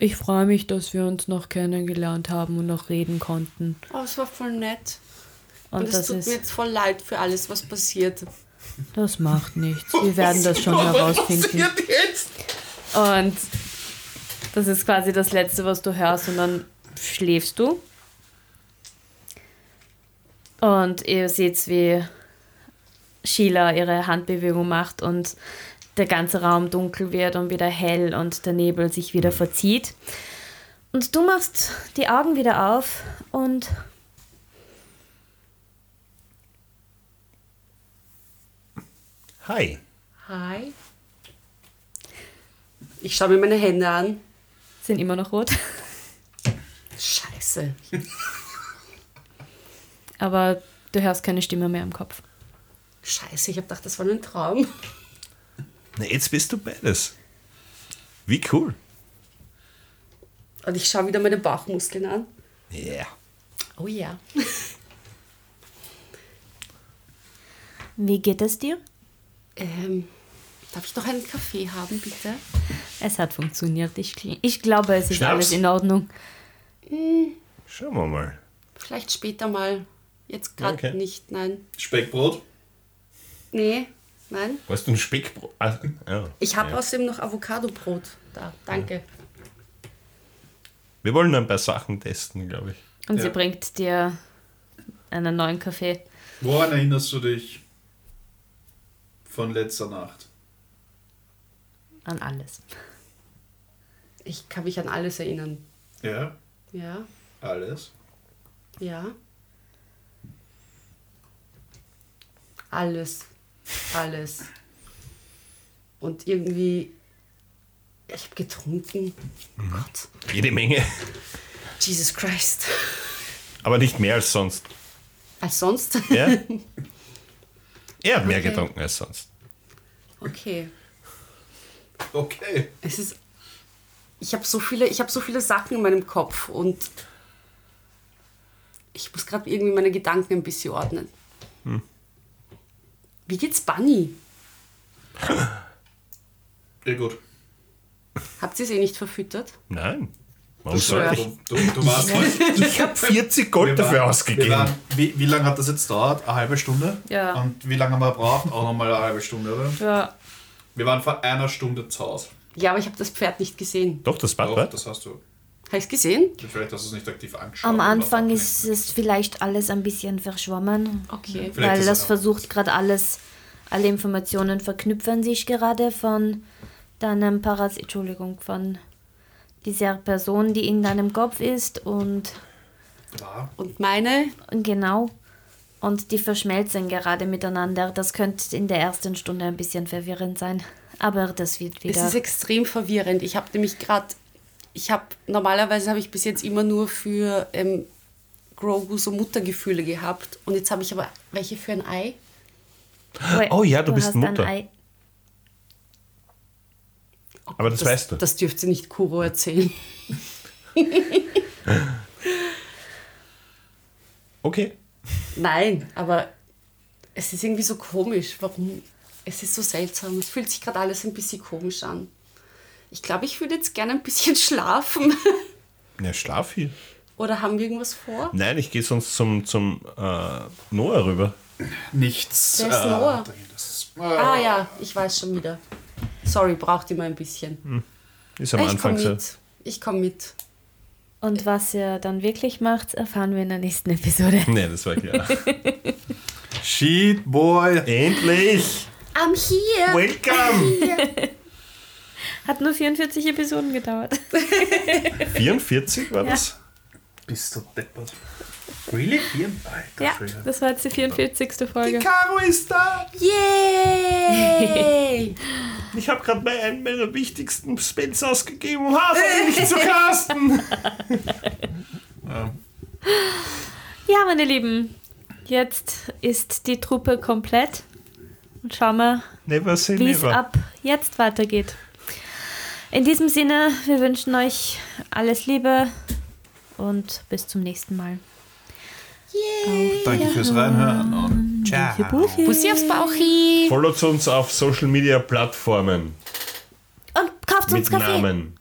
Speaker 5: Ich freue mich, dass wir uns noch kennengelernt haben und noch reden konnten.
Speaker 1: Oh, es war voll nett.
Speaker 3: Und,
Speaker 1: Und es
Speaker 3: das
Speaker 1: tut
Speaker 3: ist.
Speaker 1: mir jetzt voll leid für alles, was passiert.
Speaker 5: Das macht nichts. Wir werden das schon herausfinden.
Speaker 1: jetzt?
Speaker 3: Und das ist quasi das Letzte, was du hörst und dann schläfst du. Und ihr seht, wie Sheila ihre Handbewegung macht und der ganze Raum dunkel wird und wieder hell und der Nebel sich wieder verzieht. Und du machst die Augen wieder auf und
Speaker 2: Hi.
Speaker 1: Hi. Ich schaue mir meine Hände an.
Speaker 3: sind immer noch rot.
Speaker 1: Scheiße.
Speaker 5: Aber du hörst keine Stimme mehr im Kopf.
Speaker 1: Scheiße, ich habe gedacht, das war nur ein Traum.
Speaker 2: Na, jetzt bist du beides. Wie cool.
Speaker 1: Und ich schaue wieder meine Bauchmuskeln an.
Speaker 2: Ja.
Speaker 1: Oh ja.
Speaker 3: Wie geht es dir?
Speaker 1: Ähm, darf ich noch einen Kaffee haben, bitte?
Speaker 5: Es hat funktioniert. Ich, kli- ich glaube, es ist
Speaker 2: Schnaps.
Speaker 5: alles in Ordnung.
Speaker 2: Schauen wir mal.
Speaker 1: Vielleicht später mal. Jetzt gerade
Speaker 2: Okay.
Speaker 1: nicht, nein.
Speaker 4: Speckbrot?
Speaker 1: Nee, nein.
Speaker 2: Weißt du, ein Speckbrot? Ah, ja.
Speaker 1: Ich habe
Speaker 2: ja.
Speaker 1: außerdem noch Avocadobrot da. Danke.
Speaker 2: Wir wollen ein paar Sachen testen, glaube ich.
Speaker 5: Und
Speaker 4: Ja.
Speaker 5: sie bringt dir einen neuen Kaffee.
Speaker 4: Woran erinnerst du dich von letzter Nacht?
Speaker 5: An alles.
Speaker 1: Ich kann mich an alles erinnern.
Speaker 4: Ja,
Speaker 1: Ja,
Speaker 4: alles.
Speaker 1: ja. Alles. Alles. Und irgendwie. Ich habe getrunken.
Speaker 2: Mhm.
Speaker 1: Gott.
Speaker 2: Jede Menge.
Speaker 1: Jesus Christ.
Speaker 2: Aber nicht mehr als sonst.
Speaker 1: Als sonst?
Speaker 2: Ja? er hat mehr
Speaker 1: Okay.
Speaker 2: getrunken als sonst.
Speaker 1: Okay.
Speaker 4: Okay.
Speaker 1: Es ist. Ich habe so viele, ich habe so viele Sachen in meinem Kopf und ich muss gerade irgendwie meine Gedanken ein bisschen ordnen. Wie geht's Bunny?
Speaker 4: Ja, gut.
Speaker 1: Habt ihr sie eh nicht verfüttert?
Speaker 2: Nein. Warum soll ich?
Speaker 4: Du, du, du warst heute.
Speaker 2: Ich habe 40 Gold dafür ausgegeben.
Speaker 4: Wir waren, wie, wie lange hat das jetzt gedauert? Eine halbe Stunde?
Speaker 5: Ja.
Speaker 4: Und wie lange haben wir gebraucht? Auch nochmal eine halbe Stunde, oder?
Speaker 5: Ja.
Speaker 4: Wir waren vor einer Stunde zu Hause.
Speaker 1: Ja, aber ich habe das Pferd nicht gesehen.
Speaker 2: Doch, das war
Speaker 4: Doch,
Speaker 2: war-
Speaker 4: das hast du.
Speaker 1: Habe ich gesehen?
Speaker 4: Vielleicht hast du es nicht aktiv angeschaut.
Speaker 3: Am
Speaker 4: oder
Speaker 3: Anfang
Speaker 4: so.
Speaker 3: ist es vielleicht alles ein bisschen verschwommen,
Speaker 1: Okay.
Speaker 4: Vielleicht
Speaker 3: weil
Speaker 4: ist
Speaker 3: das
Speaker 4: es auch-
Speaker 3: versucht gerade alles, alle Informationen verknüpfen sich gerade von deinem Paras, Entschuldigung, von dieser Person, die in deinem Kopf ist und,
Speaker 4: War.
Speaker 1: Und meine?
Speaker 3: und genau. Und die verschmelzen gerade miteinander. Das könnte in der ersten Stunde ein bisschen verwirrend sein. Aber das wird
Speaker 1: Es
Speaker 3: wieder.
Speaker 1: ist extrem verwirrend. Ich habe nämlich gerade, ich habe, normalerweise habe ich bis jetzt immer nur für ähm, Grogu so Muttergefühle gehabt und jetzt habe ich aber welche für ein Ei.
Speaker 3: Wait,
Speaker 2: Oh ja, du bist
Speaker 3: hast ein
Speaker 2: Mutter.
Speaker 3: Ei.
Speaker 2: Aber das, weißt du.
Speaker 1: Oh Das dürft ihr nicht Kuro erzählen.
Speaker 2: Okay.
Speaker 1: Nein, aber es ist irgendwie so komisch. Warum? Es ist so seltsam. Es fühlt sich gerade alles ein bisschen komisch an. Ich glaube, ich würde jetzt gerne ein bisschen schlafen.
Speaker 2: Na, schlaf hier.
Speaker 1: Oder haben wir irgendwas vor?
Speaker 2: Nein, ich gehe sonst zum, zum äh, Noah rüber.
Speaker 4: Nichts.
Speaker 1: Wer ist Noah?
Speaker 4: das ist, äh,
Speaker 1: Ah ja, ich weiß schon wieder. Sorry, braucht immer ein bisschen.
Speaker 2: Ist am
Speaker 1: ich
Speaker 2: Anfang
Speaker 1: komme
Speaker 2: so.
Speaker 1: mit. Ich komme mit.
Speaker 5: Und was ihr dann wirklich macht, erfahren wir in der nächsten Episode.
Speaker 2: Nee, das war klar.
Speaker 4: Sheet Boy.
Speaker 2: Endlich!
Speaker 6: I'm here.
Speaker 2: Welcome!
Speaker 5: Hat nur 44 Episoden gedauert.
Speaker 2: 44 war das?
Speaker 4: Bist du deppert? Really? Hier? Alter,
Speaker 5: Ja,
Speaker 4: Schwede.
Speaker 5: das war jetzt die 44. Folge.
Speaker 2: Caro ist da!
Speaker 6: Yay.
Speaker 2: Ich habe gerade mal einen meiner wichtigsten Spells ausgegeben, um Hafer nicht zu casten!
Speaker 5: Ja, meine Lieben, jetzt ist die Truppe komplett. Und schauen wir,
Speaker 2: Never say
Speaker 5: wie es
Speaker 2: never.
Speaker 5: ab jetzt weitergeht. In diesem Sinne, wir wünschen euch alles Liebe und bis zum nächsten Mal.
Speaker 4: Danke fürs Reinhören und ciao.
Speaker 1: Bussi aufs Bauchi.
Speaker 2: Folgt uns auf Social Media Plattformen
Speaker 6: Und kauft uns
Speaker 2: mit
Speaker 6: Kaffee.
Speaker 2: Namen.